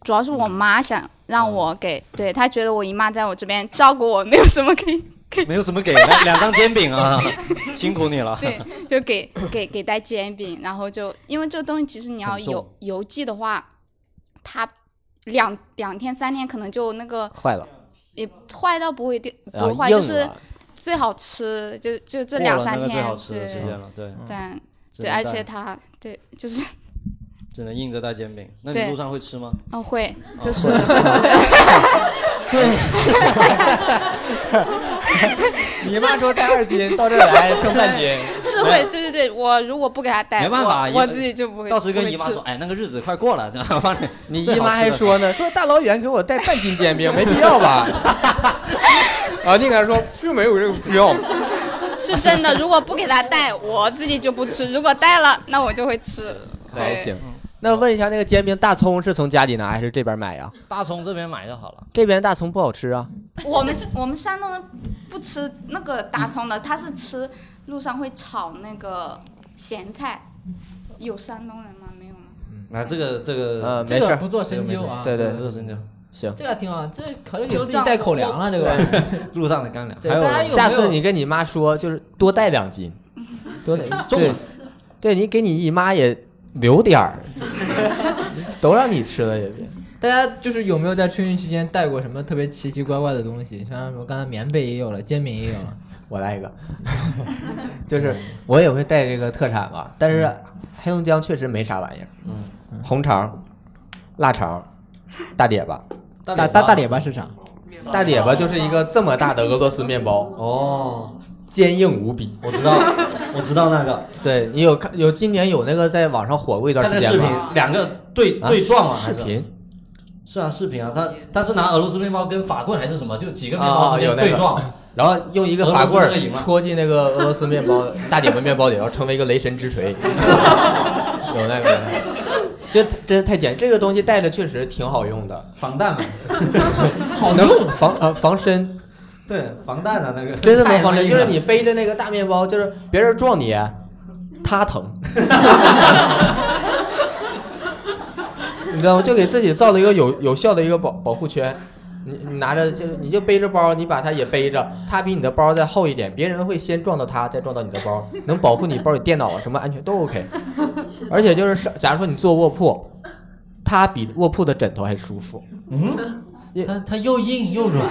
Speaker 8: 主要是我妈想让我给，对她觉得我姨妈在我这边照顾我，没有什么可以
Speaker 4: 没有什么给，两两张煎饼 啊，辛苦你了。
Speaker 8: 对，就给给给带煎饼，然后就因为这个东西，其实你要
Speaker 3: 很重
Speaker 8: 邮邮寄的话，它两两天三天可能就那个
Speaker 3: 坏了，
Speaker 8: 也坏到不会掉，
Speaker 3: 然后
Speaker 8: 不坏，
Speaker 3: 硬
Speaker 8: 就是
Speaker 3: 了
Speaker 8: 最好吃，就就这
Speaker 4: 啊过
Speaker 8: 两
Speaker 4: 了那
Speaker 8: 三
Speaker 4: 个最
Speaker 8: 天
Speaker 4: 好，吃的时间嗯
Speaker 8: 对，
Speaker 4: 了，对，
Speaker 8: 但
Speaker 4: 只
Speaker 8: 对，
Speaker 4: 能
Speaker 8: 而
Speaker 4: 带
Speaker 8: 且它对就是
Speaker 4: 只能硬着带煎饼。那你
Speaker 8: 对
Speaker 4: 路上会吃吗？
Speaker 8: 哦会
Speaker 4: 哦
Speaker 8: 就是会
Speaker 3: 你妈说带二斤到这儿 来剩半斤，
Speaker 8: 吃 是会，对对对，我如果不给他带，
Speaker 4: 没办法
Speaker 8: 我
Speaker 4: 姨
Speaker 8: 我
Speaker 4: 妈
Speaker 8: 自己就不会
Speaker 4: 到时
Speaker 8: 不
Speaker 4: 跟
Speaker 8: 会
Speaker 4: 姨妈
Speaker 8: 吃
Speaker 4: 说，哎，那个日子快过了， 然后帮你。
Speaker 3: 你
Speaker 4: 最
Speaker 3: 姨
Speaker 4: 好
Speaker 3: 妈
Speaker 4: 吃的嗯
Speaker 3: 还说呢，说大老远给我带半斤煎饼，没必要 吧？啊，你给她说并没有这个必要。
Speaker 8: 是真的，如果不给他带，我自己就不吃；如果带了，那我就会吃。
Speaker 3: 还
Speaker 8: 对
Speaker 3: 行。
Speaker 4: 嗯
Speaker 3: 那问一下，那个煎饼大葱是从家里拿还是这边买呀？
Speaker 4: 大葱这边买就好了。
Speaker 3: 这边大葱不好吃啊。
Speaker 8: 我们是我们山东人不吃那个大葱的，他是吃路上会炒那个咸菜。有山东人吗？没有吗？
Speaker 4: 那这个这个，
Speaker 3: 呃，
Speaker 1: 这
Speaker 3: 没事
Speaker 1: 个
Speaker 3: 儿，
Speaker 1: 不做深究啊。
Speaker 3: 对对
Speaker 4: 热身就
Speaker 3: 行。
Speaker 1: 这个挺好，这可以给
Speaker 8: 就
Speaker 1: 自己
Speaker 8: 这样
Speaker 1: 带口粮了，这个。
Speaker 4: 路上的干粮。
Speaker 1: 对
Speaker 4: 还有
Speaker 1: 大家
Speaker 4: 人
Speaker 1: 有
Speaker 3: 下次你跟你妈说，就是多带两斤，多带
Speaker 4: 重
Speaker 3: 对，对你给你姨妈也留点儿，都让你吃了也别。
Speaker 1: 大家就是有没有在春运期间带过什么特别奇奇怪怪的东西？像什么刚才棉被也有了，煎饼也有了，
Speaker 3: 我来一个， 就是我也会带这个特产嘛，但是
Speaker 4: 嗯
Speaker 3: 黑龙江确实没啥玩意儿，嗯，红肠、腊肠、大列巴，
Speaker 1: 大
Speaker 4: 大
Speaker 1: 大大列巴是啥？
Speaker 3: 大列巴就是一个这么大的俄罗斯面包，
Speaker 4: 哦，
Speaker 3: 坚硬无比。
Speaker 4: 我知 道，我知道那个，
Speaker 3: 对你有看有今年有那个在网上火过一段
Speaker 4: 看那
Speaker 3: 时
Speaker 4: 视
Speaker 3: 间
Speaker 4: 频
Speaker 3: 吗？，
Speaker 4: 两个对
Speaker 3: 啊
Speaker 4: 对撞嘛，还
Speaker 3: 视
Speaker 4: 是
Speaker 3: 频
Speaker 4: 是啊，视频啊，他他是拿俄罗斯面包跟法棍还是什么，就几个面
Speaker 3: 啊
Speaker 4: 包之
Speaker 3: 有
Speaker 4: 间
Speaker 3: 那个
Speaker 4: 对 撞，
Speaker 3: 然后用一个
Speaker 4: 俄罗
Speaker 3: 法
Speaker 4: 斯
Speaker 3: 棍
Speaker 4: 那个赢
Speaker 3: 儿
Speaker 4: 了
Speaker 3: 戳进那个俄罗斯面 包大点巴面包里，然后成为一个雷神之锤。有那个，这真太简，这个东西带着确实挺好用的，
Speaker 4: 防弹嘛，
Speaker 3: 好能防呃防身，
Speaker 4: 对，防弹的那个，
Speaker 3: 真的能防身。
Speaker 4: 太
Speaker 3: 就是
Speaker 4: 硬了
Speaker 3: 你背着那个大面包，就是别人撞你，他疼。你知道吗？就给自己造了一个有有效的一个保保护圈。你你拿着就你就背着包，你把它也背着，它比你的包再厚一点，别人会先撞到它，再撞到你的包，能保护你包里电脑啊什么安全都 OK。而且就是是，假如说你坐卧铺，它比卧铺的枕头还舒服。
Speaker 2: 它它又硬又 软，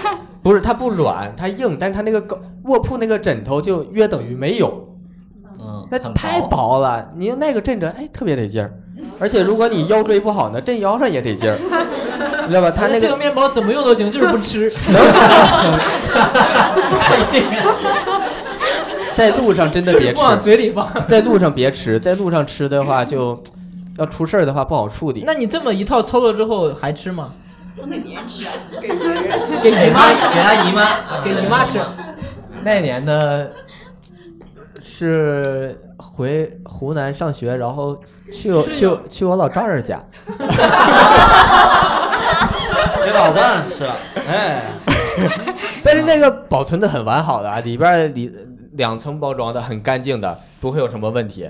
Speaker 3: 不是它不软，它硬，但是它那个高卧铺那个枕头就约等于没有，
Speaker 2: 嗯，
Speaker 3: 那
Speaker 2: 很
Speaker 3: 太
Speaker 2: 薄
Speaker 3: 薄了，你用那个震着，哎，特别得劲儿。而且如果你腰椎不好呢，震腰上也得劲儿， 你知道吧？它那
Speaker 1: 这个
Speaker 3: 个
Speaker 1: 面包怎么用都行，就是不 吃。
Speaker 3: 在路上真的别
Speaker 1: 不往
Speaker 3: 吃，
Speaker 1: 嘴里放。
Speaker 3: 在路上别吃，在路上吃的话就要出事儿的话不好处理。
Speaker 1: 那你这么一套操作之后还吃吗？
Speaker 6: 送给别人吃啊，
Speaker 1: 给
Speaker 2: 给
Speaker 1: 姨
Speaker 2: 妈
Speaker 1: 妈
Speaker 2: 给他姨妈啊
Speaker 1: 给姨妈吃。
Speaker 3: 那年呢，是回湖南上学，然后去我去我去我老丈人家，
Speaker 2: 给老丈人吃了，哎，
Speaker 3: 但是那个保存的很完好的啊，里边儿里两层包装的，很干净的，不会有什么问题。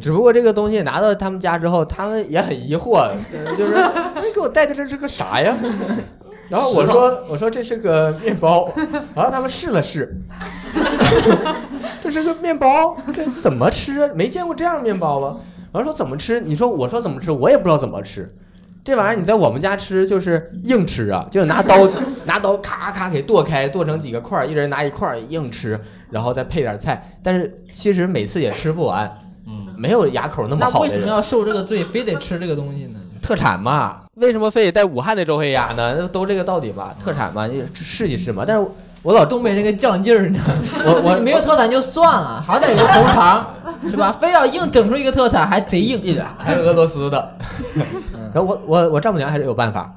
Speaker 3: 只不过这个东西拿到他们家之后，他们也很疑惑， 呃就是哎给我带的这是个啥呀？然后我说我说这是个面包， 然后他们试了试， 这是个面包，这怎么吃？没见过这样的面包啊！然后说怎么吃？你说我说怎么吃？我也不知道怎么吃。这玩意儿你在我们家吃就是硬吃啊，就是拿刀 拿刀咔咔给剁开，剁成几个块儿，一人拿一块儿硬吃，然后再配点菜。但是其实每次也吃不完，
Speaker 2: 嗯，
Speaker 3: 没有牙口那么
Speaker 1: 那
Speaker 3: 好
Speaker 1: 为
Speaker 3: 的
Speaker 1: 什么
Speaker 3: 人。
Speaker 1: 要受这个罪，非得吃这个东西呢？
Speaker 3: 特产嘛，为什么非得带武汉的周黑鸭呢？都这个道理嘛，特产嘛，你试一试嘛。但是我老
Speaker 1: 东北人跟犟劲儿呢，
Speaker 3: 我 我
Speaker 1: 没有特产就算了，好歹有个红肠，是吧？非要硬整出一个特产，还贼硬。哎
Speaker 3: 还有俄罗斯的。 然后我我我丈母娘还是有办法，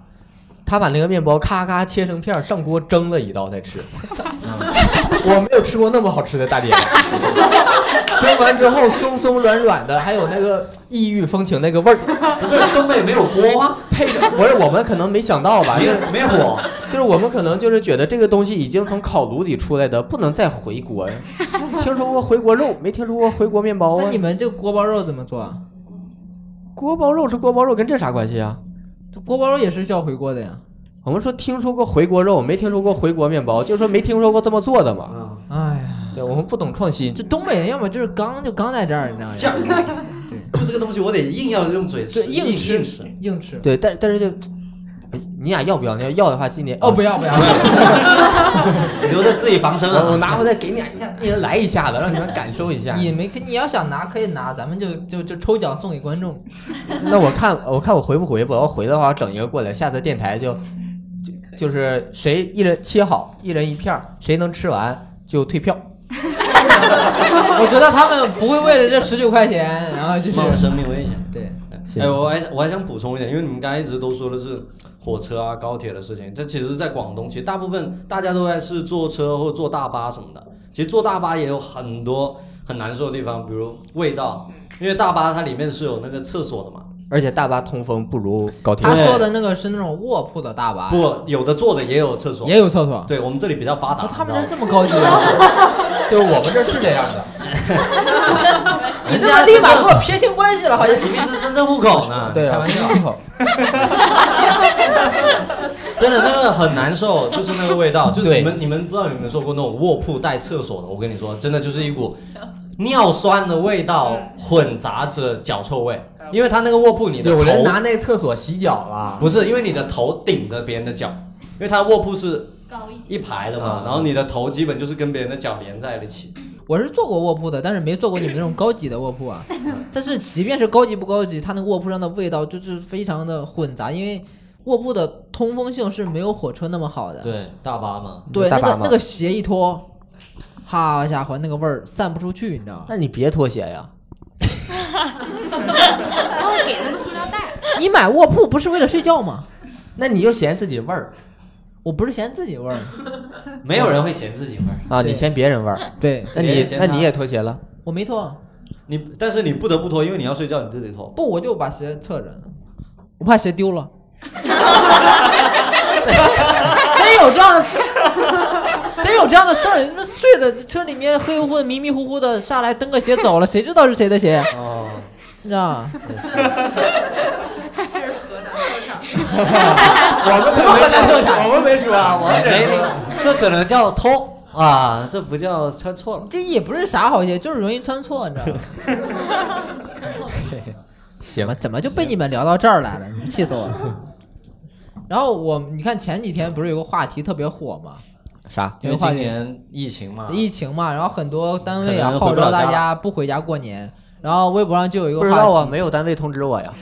Speaker 3: 她把那个面包咔咔切成片儿，上锅蒸了一道再吃。我没有吃过那么好吃的大碟，蒸完之后松松软软的，还有那个异域风情那个味儿，
Speaker 2: 不是东北没有锅吗？
Speaker 3: 配着不是我们可能没想到吧？
Speaker 2: 没
Speaker 3: 就是
Speaker 2: 有没有火，
Speaker 3: 就是我们可能就是觉得这个东西已经从烤炉里出来的，不能再回锅呀。听说过回锅肉，没听说过回锅面包
Speaker 1: 那
Speaker 3: 啊
Speaker 1: 你。们这个锅包肉怎么做啊？
Speaker 3: 锅包肉是锅包肉，跟这啥关系啊？
Speaker 1: 这锅包肉也是需要回锅的呀。
Speaker 3: 我们说听说过回锅肉，没听说过回锅面包，就是说没听说过这么做的嘛。
Speaker 2: 嗯，
Speaker 1: 哎呀，
Speaker 3: 对，我们不懂创新
Speaker 1: 这。东北人要么就是刚就刚在这儿，你知道吗？
Speaker 2: 酱，就这个东西我得硬要用嘴吃，
Speaker 1: 对，
Speaker 2: 吃
Speaker 1: 硬吃
Speaker 2: 硬吃，
Speaker 1: 硬吃。
Speaker 3: 对，但但是就，哎你俩要不要？你要要的话，今年
Speaker 1: 哦，不，要不要，
Speaker 2: 留着自己防身
Speaker 3: 我我
Speaker 2: 啊。
Speaker 3: 拿回来给你俩一下，一人来一下子，让你们感受一 下。
Speaker 1: 你没可你要想拿可以拿，咱们就就就抽奖送给观众。
Speaker 3: 那我看我看我回不回吧？我要回的话，我整一个过来，下次电台就就就是谁一人切好，一人一片儿，谁能吃完就退票。
Speaker 1: 我觉得他们不会为了这十九块钱，然后就
Speaker 2: 冒着
Speaker 1: 是
Speaker 2: 生命危险。
Speaker 1: 对，
Speaker 3: 谢谢
Speaker 4: 哎，我还我还想补充一点，因为你们刚才一直都说的是火车啊、高铁的事情，这其实，在广东，其实大部分大家都在是坐车或坐大巴什么的。其实坐大巴也有很多很难受的地方，比如味道，因为大巴它里面是有那个厕所的嘛，
Speaker 3: 而且大巴通风不如高铁
Speaker 1: 他。说的那个是那种卧铺的大巴，
Speaker 4: 不，有的坐的也有厕所。
Speaker 1: 也有厕所。
Speaker 4: 对我们这里比较发达，
Speaker 1: 哦他们这
Speaker 4: 你知道
Speaker 1: 这么高级 啊！
Speaker 3: 就是我们这儿是这样 的。
Speaker 1: 你这么立马跟我撇清关系了，好
Speaker 4: 吗
Speaker 1: 像
Speaker 4: 史密斯深圳户口呢，
Speaker 3: 对
Speaker 4: 开
Speaker 3: 啊
Speaker 4: 玩笑，，真的那个很难受，就是那个味道，就是
Speaker 3: 对
Speaker 4: 你们你们不知道有没有坐过那种卧铺带厕所的，我跟你说，真的就是一股尿酸的味道混杂着脚臭味，因为它那个卧铺你的头
Speaker 3: 有人拿那厕所洗脚了。
Speaker 4: 不是因为你的头顶着别人的脚，因为它的卧铺是
Speaker 6: 高一
Speaker 4: 一排的
Speaker 3: 啊
Speaker 4: 嘛，然后你的头基本就是跟别人的脚连在一起，
Speaker 1: 我是坐过卧铺的，但是没坐过你们那种高级的卧铺啊。但是即便是高级不高级，它那个卧铺上的味道就是非常的混杂，因为卧铺的通风性是没有火车那么好的。
Speaker 4: 对，大巴嘛，
Speaker 1: 对，
Speaker 3: 大
Speaker 1: 那
Speaker 3: 巴
Speaker 1: 个
Speaker 3: 嘛
Speaker 1: 那个鞋一脱，好家伙，那个味儿散不出去，你知道吗？
Speaker 3: 那你别拖鞋呀，
Speaker 8: 然后哦给那个塑料袋，
Speaker 1: 你买卧铺不是为了睡觉吗？
Speaker 3: 那你就嫌自己味儿
Speaker 1: 我不是嫌自己味儿，
Speaker 4: 没有人会嫌自己味儿。
Speaker 3: 啊，
Speaker 1: 对
Speaker 3: 你嫌别人味儿。
Speaker 1: 对
Speaker 3: 那
Speaker 4: 别
Speaker 3: 你
Speaker 4: 人嫌
Speaker 3: 那
Speaker 4: 他
Speaker 3: 你也拖鞋了？
Speaker 1: 我没脱，
Speaker 4: 你但是你不得不脱，因为你要睡觉，你就得脱。
Speaker 1: 不我就把鞋侧着，我怕鞋丢了。 真有这样的， 真有这样的事儿？你们睡的车里面黑乎乎的、迷迷糊糊的，下来蹬个鞋 走了，谁知道是谁的鞋？
Speaker 4: 哦，
Speaker 1: 你知道吗？
Speaker 4: 也是。
Speaker 6: 还是
Speaker 2: 我们
Speaker 3: 怎
Speaker 6: 河南
Speaker 3: 么可能有
Speaker 2: 我们没说啊，我们
Speaker 4: 没
Speaker 2: 只是说
Speaker 4: 这可能叫偷啊，这不叫穿错了。
Speaker 1: 这也不是啥好鞋，就是容易穿错，你知道吗？ 怎
Speaker 3: 行
Speaker 1: 么，怎么就被你们聊到这儿来了？你们气死我了！然后我，你看前几天不是有个话题特别火吗？
Speaker 3: 啥？
Speaker 4: 因为今年疫情嘛，
Speaker 1: 疫情嘛，然后很多单位
Speaker 4: 啊可
Speaker 1: 啊
Speaker 4: 能
Speaker 1: 号
Speaker 4: 回不
Speaker 1: 召
Speaker 4: 了
Speaker 1: 大
Speaker 4: 家
Speaker 1: 家不回家过年，然后微博上就有一个
Speaker 3: 不知
Speaker 1: 话
Speaker 3: 道啊，
Speaker 1: 题
Speaker 3: 没有单位通知我呀。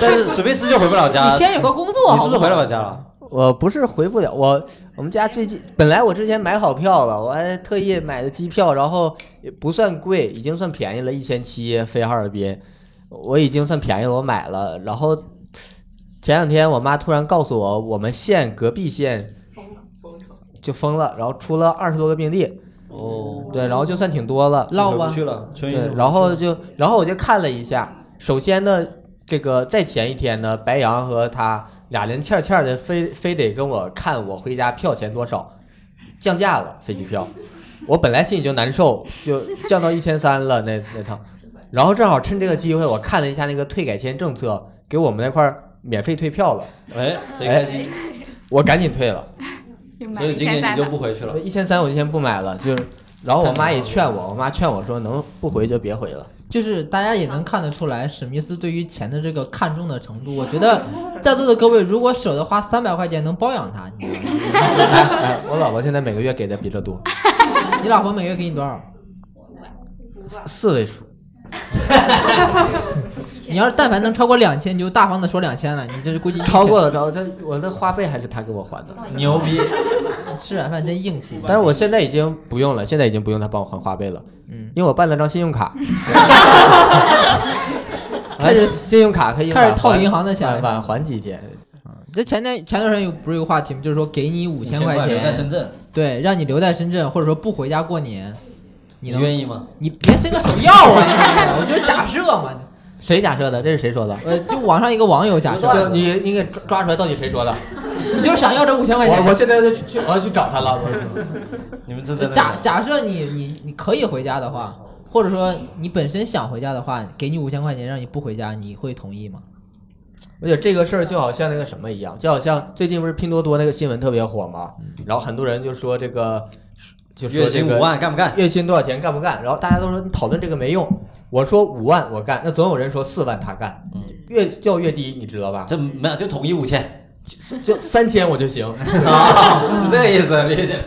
Speaker 4: 但是史密斯就回不了家。
Speaker 1: 你先有个工作，
Speaker 4: 你是不是
Speaker 1: 好
Speaker 4: 回
Speaker 1: 好
Speaker 4: 不了家了？
Speaker 3: 我不是回不了，我我们家最近本来我之前买好票了，我还特意买的机票，然后也不算贵，已经算便宜了，一千七飞哈尔滨，我已经算便宜了，我买了。然后前两天我妈突然告诉我，我们县隔壁县
Speaker 6: 疯了，疯了。
Speaker 3: 就封了，然后出了二十多个病例，
Speaker 4: 哦，
Speaker 3: 对，然后就算挺多了，
Speaker 1: 唠
Speaker 4: 回不
Speaker 1: 吧？
Speaker 4: 去了，春运
Speaker 3: 对
Speaker 4: 就，
Speaker 3: 然后就然后我就看了一下，首先呢，这个在前一天呢，白羊和他俩人欠欠的非非得跟我看我回家票钱多少，降价了飞机票，我本来心里就难受，就降到一千三了那那趟，然后正好趁这个机会我看了一下那个退改签政策，给我们那块儿免费退票了，
Speaker 4: 哎，贼开心。
Speaker 3: 我赶紧退了。
Speaker 8: 又买
Speaker 4: 所
Speaker 8: 了
Speaker 4: 以
Speaker 8: 一
Speaker 4: 今
Speaker 8: 千
Speaker 4: 年
Speaker 8: 三
Speaker 4: 你就不回去了。
Speaker 3: 一千三我就先不买了，就是，然后我妈也劝我，我妈劝我说能不回就别回了。
Speaker 1: 就是大家也能看得出来，史密斯对于钱的这个看重的程度。我觉得 在座的各位，如果舍得花三百块钱，能包养他，你知 道吗？
Speaker 3: 哎， 我老婆现在每个月给的比这多，
Speaker 1: 你老婆每月给你多少？
Speaker 3: 四位数。
Speaker 1: 你要是但凡能超过两千，你就大方的说两千了，你这是估计
Speaker 3: 超过了，然后他我的花呗还是他给我还的，
Speaker 4: 牛逼！
Speaker 1: 吃软饭真硬气。
Speaker 3: 但是我现在已经不用了，现在已经不用他帮我还花呗了，
Speaker 1: 嗯，
Speaker 3: 因为我办了张信 用卡，
Speaker 1: 开始
Speaker 3: 信信用 卡可以
Speaker 1: 开始
Speaker 3: 晚
Speaker 1: 套
Speaker 3: 还
Speaker 1: 银行的钱
Speaker 3: 晚晚还几天，
Speaker 1: 这前天前段时间有不是有个话题吗？就是说给你五千块
Speaker 4: 留在
Speaker 1: 钱，
Speaker 4: 深圳，
Speaker 1: 对，让你留在深圳，或者说不回家过年，你
Speaker 4: 你
Speaker 1: 能？
Speaker 4: 愿意吗？
Speaker 1: 你别伸个手要啊！ 你知道吗我就是假设嘛，
Speaker 3: 谁假设的？这是谁说的？
Speaker 1: 呃，就网上一个网友假
Speaker 3: 就
Speaker 1: 设，
Speaker 3: 你你给抓出来，到底谁说 的？
Speaker 1: 你就想要这五千块钱
Speaker 3: 我。我现在就去去我要去找他了。我
Speaker 4: 你们这真的
Speaker 1: 假假设你你你可以回家的话，或者说你本身想回家的话，给你五千块钱让你不回家，你会同意吗？
Speaker 3: 我觉得这个事儿就好像那个什么一样，就好像最近不是拼多多那个新闻特别火嘛，
Speaker 1: 嗯
Speaker 3: 然后很多人就说这个，就说
Speaker 4: 月
Speaker 3: 这
Speaker 4: 薪
Speaker 3: 个
Speaker 4: 五万干不干？
Speaker 3: 月薪多少钱干不干？然后大家都说你讨论这个没用，我说五万我干，那总有人说四万他干，
Speaker 4: 嗯
Speaker 3: 越叫越低，你知道吧？
Speaker 4: 这没有，就统一 五千， 啊
Speaker 3: 就三千我 就行。
Speaker 4: 是这个意思，理解？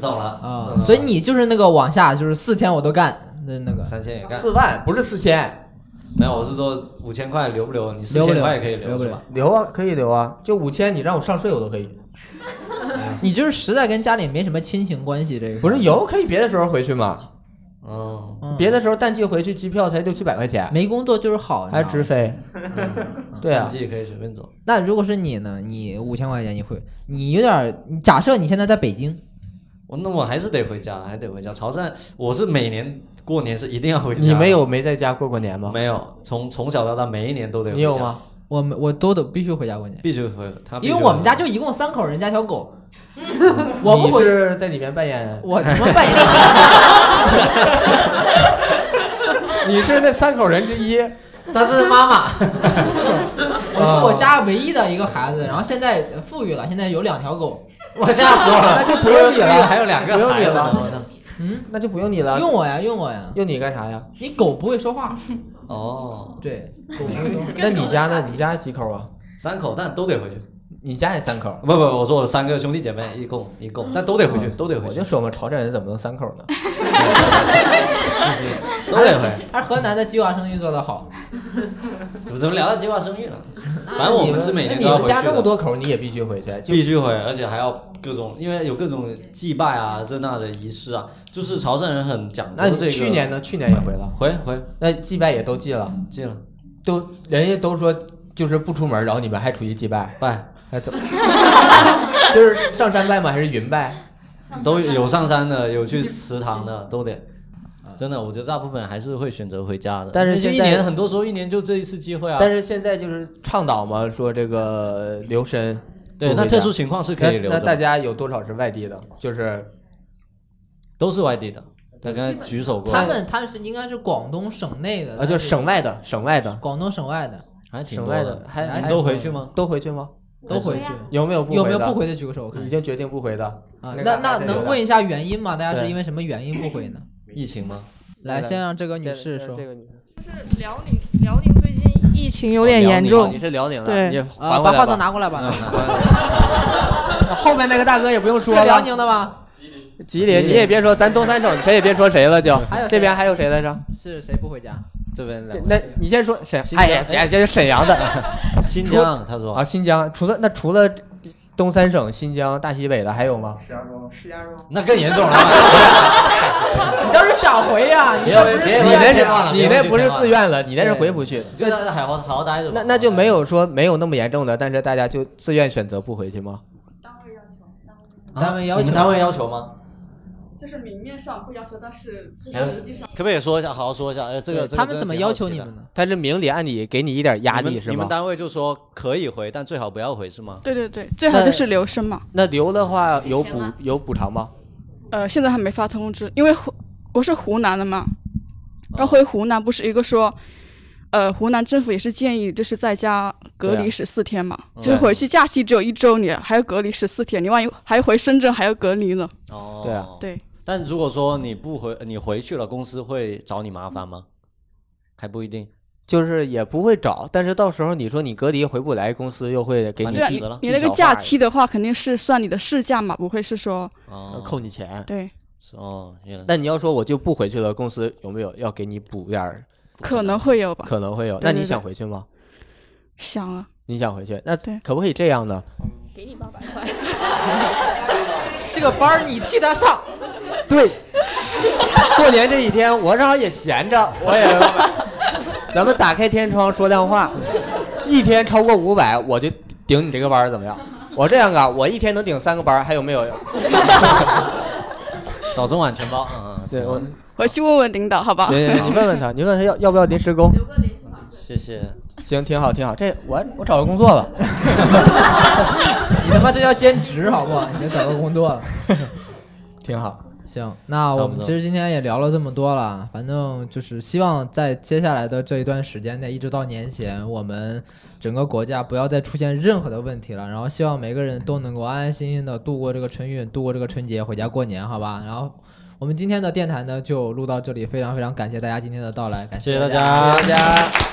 Speaker 4: 懂了
Speaker 1: 啊、
Speaker 3: 呃
Speaker 1: 所以你就是那个往下就是四千我都干，那那个
Speaker 4: 三千也干？
Speaker 3: 四万不是四千，
Speaker 4: 没有，我是说五千块留不留？你四
Speaker 1: 留不
Speaker 4: 千
Speaker 1: 留
Speaker 4: 块也可以
Speaker 1: 留不
Speaker 4: 是
Speaker 1: 留
Speaker 4: 吧？
Speaker 3: 留啊，可以留啊，就五千你让我上税我都可以。
Speaker 1: 你就是实在跟家里没什么亲情关系，这个
Speaker 3: 嗯不是有可以别的时候回去嘛，
Speaker 4: 嗯，
Speaker 1: 嗯
Speaker 3: 别的时候淡季回去机票才六七百块钱，
Speaker 1: 没工作就是好，
Speaker 3: 还
Speaker 1: 你知
Speaker 3: 直
Speaker 1: 道吗
Speaker 3: 飞。对啊
Speaker 4: 嗯淡，季可以随便走。
Speaker 1: 那如果是你呢？你五千块钱你会，你有点儿你假设你现在在北京，
Speaker 4: 我那我还是得回家，还得回家。潮汕，我是每年过年是一定要回家。
Speaker 3: 你没？有没在家过过年吗？
Speaker 4: 没有，从从小到大每一年都得。
Speaker 3: 你有？吗？
Speaker 1: 我们我都得必须回家过年，
Speaker 4: 必须回，
Speaker 3: 啊
Speaker 4: 他必须
Speaker 1: 因为我们家就一共三口人加条 狗，我不
Speaker 3: 你
Speaker 1: 回
Speaker 3: 是在里面扮演，
Speaker 1: 我怎么扮 演？
Speaker 3: 你是那三口人之一。
Speaker 4: 他是妈妈。
Speaker 1: 我是
Speaker 3: 啊
Speaker 1: 我家唯一的一个孩子，然后现在富裕了，现在有两条狗，
Speaker 4: 我吓死我了，
Speaker 3: 那就不用你了
Speaker 4: 还有两个
Speaker 3: 不用
Speaker 4: 孩
Speaker 3: 你
Speaker 4: 子
Speaker 3: 了
Speaker 4: 呢我的
Speaker 1: 嗯，
Speaker 3: 那就不用你了，
Speaker 1: 用我呀，用我呀，
Speaker 3: 啊用你干啥呀？
Speaker 1: 你狗不会说 话，
Speaker 4: 哦，
Speaker 1: 对， 狗不会说话，
Speaker 3: 那你家呢？你家几口啊？
Speaker 4: 三口但都得回去。
Speaker 3: 你家也三口？
Speaker 4: 不不，我说我三个兄弟姐妹，一共一共，但都得回去，都得回
Speaker 3: 哦我
Speaker 4: 去
Speaker 3: 就，说嘛，潮汕人怎么能三口呢？
Speaker 4: 都得 回。
Speaker 1: 还是河南的计划生育做得好，
Speaker 4: 怎么怎么聊到计划生育了？ 反正我们是每年都要
Speaker 3: 那
Speaker 4: 回
Speaker 3: 你们家
Speaker 4: 去
Speaker 3: 那么
Speaker 4: 的，
Speaker 3: 多口，你也必须回去。就
Speaker 4: 必须回，而且还要各种，因为有各种祭拜啊、这那的仪式啊，就是潮汕人很讲
Speaker 3: 那
Speaker 4: 究
Speaker 3: 你
Speaker 4: 这个。
Speaker 3: 去年呢？去年也回了，
Speaker 4: 回回
Speaker 3: 那祭拜也都祭了，
Speaker 4: 记了
Speaker 3: 都人家都说就是不出门，然后你们还出去祭拜，
Speaker 4: 拜，
Speaker 3: 还怎么？ 就是上山拜吗？还是 云拜？
Speaker 4: 都有上山的，有 去祠堂的，都得。真的，我觉得大部分还是会选择回家的。
Speaker 3: 但是
Speaker 4: 那就一
Speaker 3: 现在
Speaker 4: 年，很多时候一年就这一次机会啊。
Speaker 3: 但是现在就是倡导嘛，说这个留身。
Speaker 4: 对，那特殊情况是可以留
Speaker 3: 那那大
Speaker 4: 的，
Speaker 3: 家有多少是外地的？就是
Speaker 4: 都是外地的，他刚才举手过，
Speaker 1: 他们他们是应该是广东省内的，
Speaker 3: 啊，就
Speaker 1: 但
Speaker 3: 省外的，省外的，
Speaker 1: 广东省外的
Speaker 4: 还挺
Speaker 3: 省
Speaker 4: 多
Speaker 3: 外的，，还
Speaker 1: 哎
Speaker 3: 还
Speaker 4: 都回去吗？
Speaker 3: 都回去吗？
Speaker 1: 都回去，
Speaker 3: 有没有不
Speaker 1: 有没有
Speaker 3: 的
Speaker 1: 不？回的举个手我看
Speaker 3: 已。经决定不回的，
Speaker 1: 啊，
Speaker 3: 那个
Speaker 1: 那
Speaker 3: 还
Speaker 1: 那
Speaker 3: 得
Speaker 1: 能
Speaker 3: 有
Speaker 1: 问一下原因吗？大家是
Speaker 3: 对
Speaker 1: 因为什么原因不回呢？
Speaker 4: 疫情吗？
Speaker 1: 来，
Speaker 3: 对
Speaker 1: 先让这个女
Speaker 3: 现在
Speaker 1: 士
Speaker 4: 呃
Speaker 3: 现在
Speaker 1: 说
Speaker 3: 这。个女士
Speaker 11: 是辽宁，辽宁最近疫情有点严
Speaker 3: 哦
Speaker 12: 辽宁啊
Speaker 11: 重
Speaker 12: 你，是辽宁的，
Speaker 11: 对
Speaker 12: 你
Speaker 1: 啊，
Speaker 12: 还
Speaker 1: 把
Speaker 12: 回来
Speaker 1: 话筒
Speaker 12: 吧。
Speaker 1: 拿过来吧。
Speaker 4: 嗯
Speaker 1: 拿过来
Speaker 3: 后 面那个大哥也不用
Speaker 1: 是
Speaker 3: 说
Speaker 1: 辽
Speaker 3: 了，
Speaker 1: 宁的吗？
Speaker 3: 吉林你也别说，咱东三省谁也别说谁了，就
Speaker 1: 还有谁
Speaker 3: 这边还有谁来着？
Speaker 1: 是谁不回家？
Speaker 4: 这边来
Speaker 3: 这那你先说沈，
Speaker 4: 新疆
Speaker 3: 哎呀，这这是沈阳的
Speaker 4: 新疆，他说
Speaker 3: 啊，新疆。除了那除了东三省、新疆、大西北的还有吗？
Speaker 4: 那更严重了，
Speaker 1: 你倒是想回呀？你
Speaker 4: 别
Speaker 1: 这不是
Speaker 3: 你
Speaker 1: 自
Speaker 4: 别别
Speaker 1: 愿
Speaker 3: 那
Speaker 4: 别忘了
Speaker 3: 是你
Speaker 4: 别
Speaker 3: 那
Speaker 4: 忘
Speaker 3: 不是
Speaker 4: 记
Speaker 3: 自愿了， 你那是回不去。
Speaker 4: 你就在这好好好待着吧。
Speaker 3: 那那就没有说没有那么严重的，但是大家就自愿选择不回去吗？
Speaker 6: 单位要求，
Speaker 1: 单位要求
Speaker 4: 啊你
Speaker 6: 单位
Speaker 4: 们单位要求吗？
Speaker 6: 就是明面上不要求，但是
Speaker 4: 哎
Speaker 6: 实际上
Speaker 4: 可不可以说一下，好好说一下？呃，这个
Speaker 1: 对他们怎么要求你们？呢？
Speaker 3: 他是明里暗里给你一点
Speaker 4: 这
Speaker 3: 压
Speaker 4: 个真的挺好奇的你
Speaker 3: 力是
Speaker 4: 们你们
Speaker 3: 吗？
Speaker 4: 单位就说可以回，但最好不要回是吗？
Speaker 11: 对对对，最好就是留声嘛。
Speaker 3: 那留的话有
Speaker 6: 钱
Speaker 3: 补
Speaker 6: 吗
Speaker 3: 有补偿吗？
Speaker 11: 呃，现在还没发通知，因为湖我是湖南的嘛，然后回湖南不是一个说，呃，湖南政府也是建议就是在家隔
Speaker 3: 对
Speaker 11: 离
Speaker 3: 啊
Speaker 11: 十四天嘛，
Speaker 4: 嗯
Speaker 11: 就是回去假期只有一周，你还要隔离十四天，你万一还要回深圳还要隔离呢。
Speaker 4: 哦，
Speaker 3: 对啊
Speaker 11: 对。
Speaker 4: 但如果说你不回，呃你回去了，公司会找你麻烦吗？还不一定。
Speaker 3: 就是也不会找，但是到时候你说你隔离回不来，公司又会给
Speaker 4: 把
Speaker 3: 你
Speaker 4: 你
Speaker 11: 对啊，
Speaker 4: 记
Speaker 3: 记
Speaker 4: 死了
Speaker 11: 你你那个假期的话肯定是算你的事假嘛，不会是说
Speaker 4: 哦，
Speaker 3: 扣你钱。
Speaker 11: 对，
Speaker 4: 哦，原来
Speaker 3: 嗯那你要说我就不回去了，公司有没有要给你补点儿？
Speaker 11: 可能会有吧，
Speaker 3: 可能会有。
Speaker 11: 对
Speaker 3: 那
Speaker 11: 对
Speaker 3: 你
Speaker 11: 对
Speaker 3: 想回去吗？
Speaker 11: 想啊，
Speaker 3: 你想回去，那
Speaker 11: 对
Speaker 3: 可不可以这样呢？
Speaker 6: 给你八百块，
Speaker 1: 这个班儿你替他上，
Speaker 3: 对，过年这几天我正好也闲着，我也，咱们打开天窗说亮话，一天超过五百，我就顶你这个班儿怎么样？我这样啊，我一天能顶三个班儿，还有 没有？
Speaker 4: 早中晚全包。嗯嗯，
Speaker 3: 对我，
Speaker 11: 回去问问领导好不好？
Speaker 3: 行行，你问问他，你问他要要不要临时工？
Speaker 6: 留个联系方式。
Speaker 4: 谢谢。
Speaker 3: 行，挺好，挺好。这我我找个工作吧。
Speaker 1: 你他妈这叫兼职好不好？你得找个工作了。
Speaker 3: 挺好。
Speaker 1: 行，那我
Speaker 4: 差
Speaker 1: 们
Speaker 4: 不多
Speaker 1: 其实今天也聊了这么多了，反正就是希望在接下来的这一段时间内，一直到年前，我们整个国家不要再出现任何的问题了。然后希望每个人都能够安安心心的度过这个春运，度过这个春节，回家过年，好吧？然后我们今天的电台呢就录到这里，非常非常感谢大家今天的到来，感
Speaker 4: 谢谢大
Speaker 1: 大家
Speaker 4: 家
Speaker 3: 大家。